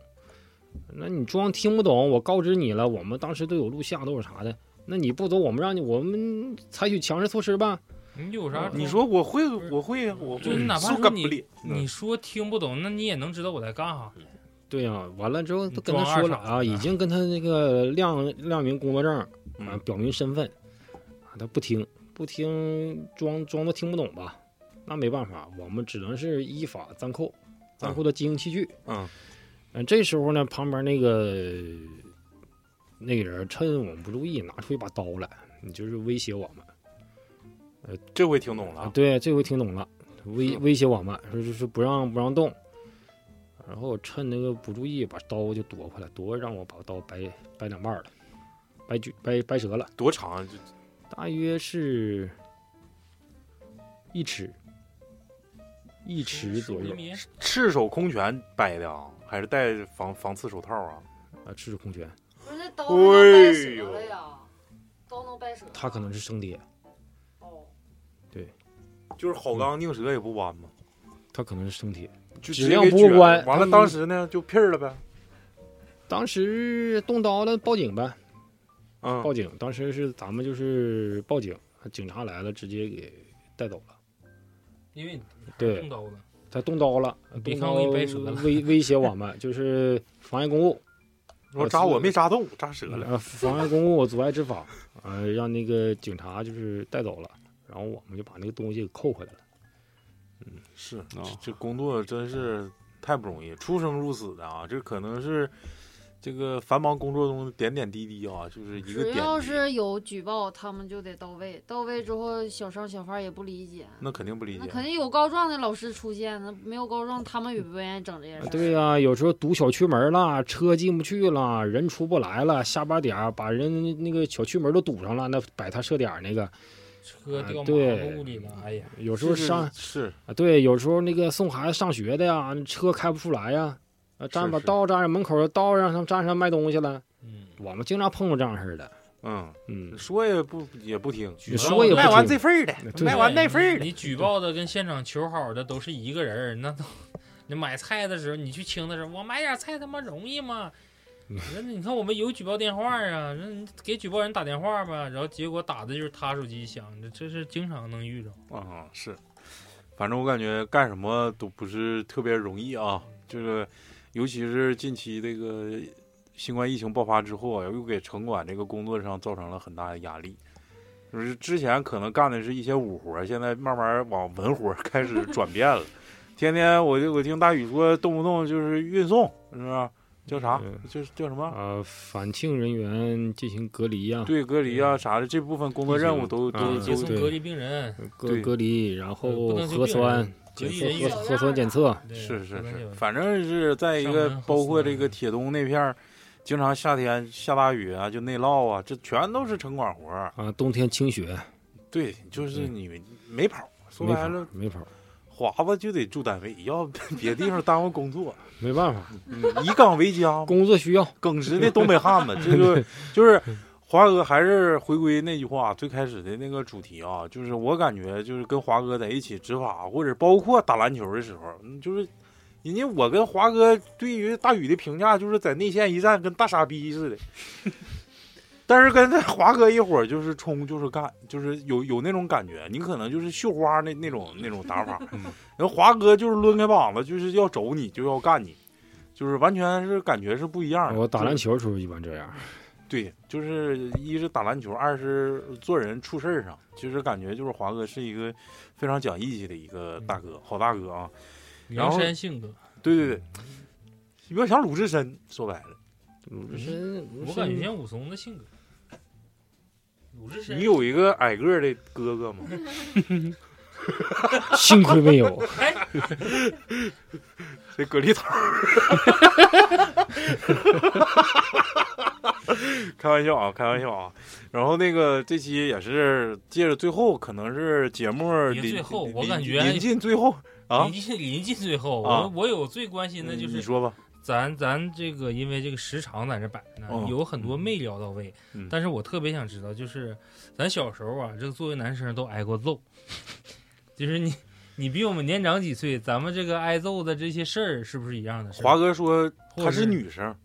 F: 那你装听不懂，我告知你了，我们当时都有录像，都有啥的。那你不走，我们让你，我们采取强制措施吧。
C: 你有啥？
B: 嗯你说我会，我会，我
C: 就
B: 会，
C: 是哪怕
B: 苏
C: 说
B: 格布
C: 你
B: 里
C: 你说听不懂，那你也能知道我在干啥。
F: 嗯对呀、完了之后都跟
C: 装
F: 他
C: 二
F: 说了
C: 傻
F: 啊，
C: 子
F: 已经跟他那个亮亮明工作证，啊
B: 嗯，
F: 表明身份，啊，他不听，不听，装装作听不懂吧？那没办法，我们只能是依法暂扣，暂扣他经营器具。
B: 嗯
F: 嗯，这时候呢，旁边那个那个人趁我们不注意，拿出一把刀来，你就是威胁我们。
B: 这回听懂了嗯
F: 啊
B: 啊，，
F: 对，这回听懂了，威威胁我们，说就是不让不让动，然后趁那个不注意，把刀就夺回来，夺让我把刀掰掰两半儿了，掰锯掰掰折了。
B: 多长啊？就
F: 大约是一尺，一尺左右
C: 迷
B: 赤手空拳掰的啊，还是戴防防刺手套啊？
F: 啊，赤手空拳。
G: 不是那刀能
B: 哎
G: 掰折了呀？刀能掰折了。
F: 他可能是生爹，
G: 哦，
B: 就是好钢宁折也不弯嘛，
F: 他可能是生爹。
B: 就
F: 质
B: 直接
F: 量
B: 给
F: 不
B: 卷
F: 弯
B: 完
F: 嗯他
B: 了，
F: 们
B: 当时呢就屁儿了呗。
F: 当时动刀了，报警呗，
B: 嗯
F: 报警。当时是咱们就是报警，警察来了，直接给带走了。
C: 因为
F: 对
B: 嗯
C: 动，刀了，
F: 他动刀了，
C: 别
F: 动
C: 看
F: 刀
C: 我一掰折了
F: 威威胁我们，就是妨碍公务。
B: 我
F: 哦
B: 扎我没扎动，扎折了。
F: 呃，妨碍公务、阻碍执法，呃，让那个警察就是带走了，然后我们就把那个东西给扣回来了。
B: 是
D: 啊
B: 这这工作真是太不容易，出生入死的啊！这可能是这个繁忙工作中的点点滴滴啊，就是一个
G: 只
B: 点滴。
G: 要是有举报，他们就得到位。到位之后，小商小贩也不理解，
B: 那肯定不理
G: 那
B: 解，
G: 肯定有告状的老师出现，那没有告状，他们也不愿意整这些
F: 啊
G: 事儿。
F: 对呀、有时候堵小区门了，车进不去了，人出不来了，下班点儿把人那个小区门都堵上了，那摆他设点儿那个，
C: 车掉
F: 啊
C: 马
F: 对
C: 路里了，哎呀，
F: 有时候
B: 是
F: 上
B: 是
F: 啊，对，有时候那个送孩子上学的呀，车开不出来呀，啊，站
B: 是
F: 把
B: 是
F: 道站上门口，道让他们站上卖东西了，
C: 嗯，
F: 我们经常碰到这样式儿的，
B: 嗯，
F: 嗯，
B: 说也不也不听，
F: 你说也不
B: 卖完
F: 听
B: 这份儿的，
F: 对
B: 卖完那份儿
C: 你
B: 的，
C: 你举报的跟现场求好的都是一个人儿，那都你买菜的时候，你去清的时候，我买点菜他妈容
B: *laughs*
C: 易吗？那你看我们有举报电话啊，那你给举报人打电话吧，然后结果打的就是他手机响，这这是经常能遇着。
B: 嗯是。反正我感觉干什么都不是特别容易啊，这个尤其是近期这个新冠疫情爆发之后啊，又给城管这个工作上造成了很大的压力。就是之前可能干的是一些武活，现在慢慢往文活开
F: *laughs*
B: 始转变了。天天我就我听大宇说，动不动就是运送，是吧？叫啥
F: 嗯？
B: 就是叫什么？
F: 啊，返庆人员进行隔离呀、
B: 对，隔离
F: 嗯
B: 啊啥的，这部分工作任务都
F: 疫
B: 都
F: 情
C: 接
B: 都
C: 送
F: 对
C: 隔离病人，
F: 隔
B: 对
F: 隔离，然后
C: 呃不能是
F: 核
C: 病人
F: 酸，
C: 隔
F: 检
C: 离
F: 测
C: 人员
F: 核核酸检测，
C: 对
B: 是是
C: 没关系
B: 是，
C: 吧
B: 反正是在一
C: 上
B: 个
C: 门
B: 包
C: 和
B: 括
C: 私
B: 这个
C: 人
B: 铁东那片儿，经常夏天下大雨啊，就内涝啊，这全都是城管活儿。
F: 啊，冬天清雪
B: 对，就是
F: 嗯
B: 你没没跑，啊说
F: 没
B: 白
F: 法
B: 了，
F: 没法，
B: 华子就得住单位，要 *laughs* 不别地方耽误工
C: *laughs*
B: 作，
F: 没办法，
B: 嗯以岗为家，
F: 工作需要，
B: 耿直的东北汉子，这就就是华哥还是回归那句话，最开始的那个主题啊，就是我感觉就是跟华哥在一起执法，或者包括打篮球的时候，嗯就是人家我跟华哥对于大宇的评价，就是在内线一站跟大傻逼似的。但是跟这华哥一伙儿就是冲就是干，就是有有那种感觉，你可能就是绣花那那种那种打法，然后华哥就是抡开膀子，就是要肘你，就要干你，就是完全是感觉是不一样的。
F: 我打
B: 就是
F: 篮球的时候一般这样，
B: 对，就是一是打篮球，二是做人处事儿上，就是感觉就是华哥是一个非常讲义气的一个
C: 嗯
B: 大哥，好大哥啊！然
C: 梁
B: 后
C: 山性格，
B: 对对对，有点像鲁智深，说白了，嗯
F: 鲁智深，鲁智
C: 我感觉
F: 深
C: 像武松的性格。鲁智深，
B: 你有一个矮个儿的哥哥吗？
F: 幸亏没有，
B: 这蛤蜊头儿。 *laughs* 开玩笑啊，开玩笑啊！然后那个这期也是借着最后，可能是节目
C: 别
B: 临
C: 最后
B: 临
C: 我感觉
B: 临近最后啊
C: 临，近临近最后，
B: 啊嗯
C: 我我有最关心的就
B: 你
C: 是
B: 说吧，
C: 咱咱这个因为这个时长在这摆着呢，
B: 嗯
C: 有很多没聊到位。
B: 嗯
C: 但是我特别想知道，就是咱小时候啊，这个作为男生都挨过揍， *laughs* 就是你你比我们年长几岁，咱们这个挨揍的这些事儿是不是一样的事儿？
B: 华哥说
C: 或
B: 她
C: 者
B: 是，女生，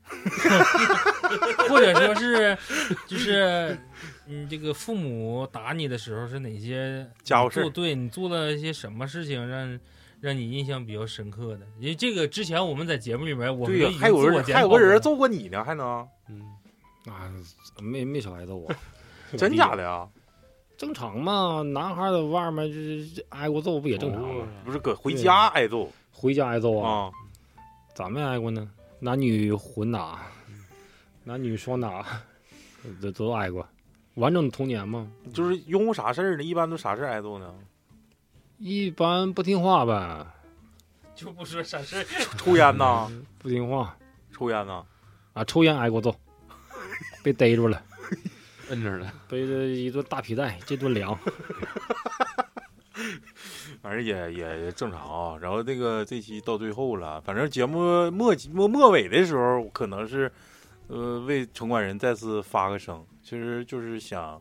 C: 或者说是就是你这个父母打你的时候是哪些
B: 家伙事
C: 做
B: 儿。
C: 对你做了一些什么事情让让你印象比较深刻的？因为这个之前我们在节目里面我们
B: 对
C: 都
B: 呀
C: 已，经
B: 还有
C: 自我
B: 人
C: 检
B: 还有
C: 讨
B: 个人
C: 了
B: 揍过你呢，还
C: *laughs*
B: 能
D: 嗯，
F: 啊，没没少挨揍啊，
B: *laughs* 真假的呀？
F: 正常嘛，男孩儿在外面就是挨过揍不也正常吗？
D: 哦
B: 不是搁回家挨揍
F: 回家挨揍啊，
B: 啊？
F: 咱们挨过呢，男女混打，男女双打，都都挨过，完整的童年嘛。
B: 就是因为啥事儿呢？一般都啥事儿挨揍呢？
F: 一般不听话呗，
C: 就不说啥事儿。 *laughs*
B: 抽烟呐，
C: 嗯
F: 不听话
B: 抽烟呐。
F: 啊，抽烟挨过揍，被逮住了， *laughs*
D: 摁着了，
F: 背着一顿大皮带，这顿凉。
B: 反正也也也正常啊。然后这个这期到最后了，反正节目末末末尾的时候，可能是呃为城管人再次发个声，其实就是想，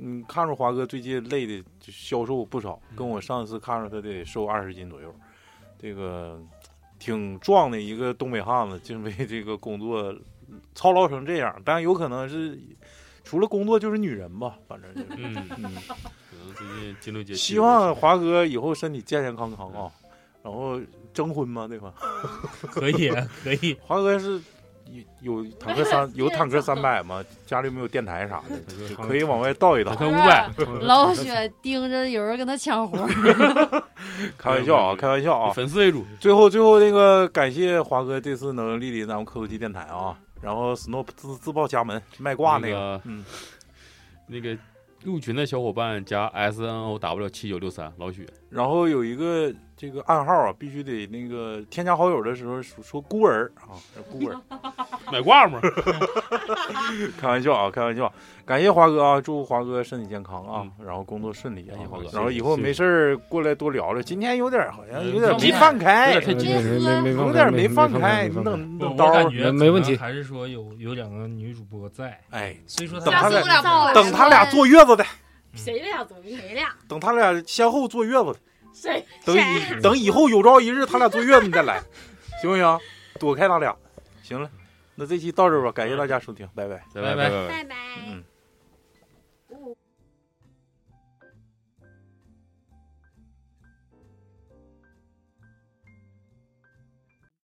B: 嗯，看着华哥最近累的就消瘦不少，跟我上次看着他得瘦二十斤左右，这个挺壮的一个东北汉子，竟为这个工作操劳成这样，但有可能是。除了工作就是女人吧，反正就是。
D: 嗯，
F: 嗯，
D: 可能最近金轮节
B: 希望华哥以后身体健健康康啊，然后征婚嘛，对吧？ *laughs*
C: *laughs* 可以可以，
B: 华哥是有有坦克三有坦克三百吗？家里有没有电台啥的，可以往外倒一倒 *laughs*
D: 打。开五百，
G: 老雪盯着有人跟他抢活儿，
B: 开玩笑啊，开玩笑啊！
D: 粉丝为主，
B: 最后最后那个感谢华哥这次能莅临咱们科技电台啊，然后 Snoop 自自报家门卖挂那个，
D: 个
B: 嗯，
D: 那个入群的小伙伴加 S N O W 七九六三老许，
B: 然后有一个这个暗号啊，必须得那个添加好友的时候说说孤儿啊，孤儿。
D: 买挂吗？
B: 开玩笑啊，开玩笑！感谢华哥啊，祝华哥身体健康啊，然后工作顺利啊，
D: 感谢华哥
B: 然后以后没事儿过来多聊聊。今天有点儿好像有点儿
C: 嗯
B: 没放开，
D: 有
F: 哎没
D: 点太紧
F: 没没
B: 有
F: 放
B: 点
F: 开，
B: 儿没放开，
F: 没
B: 你
F: 放开。
B: 等
C: 嗯我
B: 等
C: 我
B: 刀
C: 感
B: 儿，
C: 觉
F: 没
C: 可
F: 没
C: 能
F: 问题
C: 还是说有有两个女主播在，
B: 哎，
C: 虽说
B: 等他下
C: 咱
B: 次
C: 俩
B: 我
E: 俩报
B: 等他俩坐月子的，
H: 谁俩总
E: 谁俩？
B: 等他俩先后坐月子的，
H: 谁
B: 等以等以后有朝一日他俩坐月子你再来，行不行？躲开他俩，行了，那这期到这儿吧，感谢大家收听，拜拜。
D: 拜
C: 拜
D: 拜。
E: 拜拜。
B: 嗯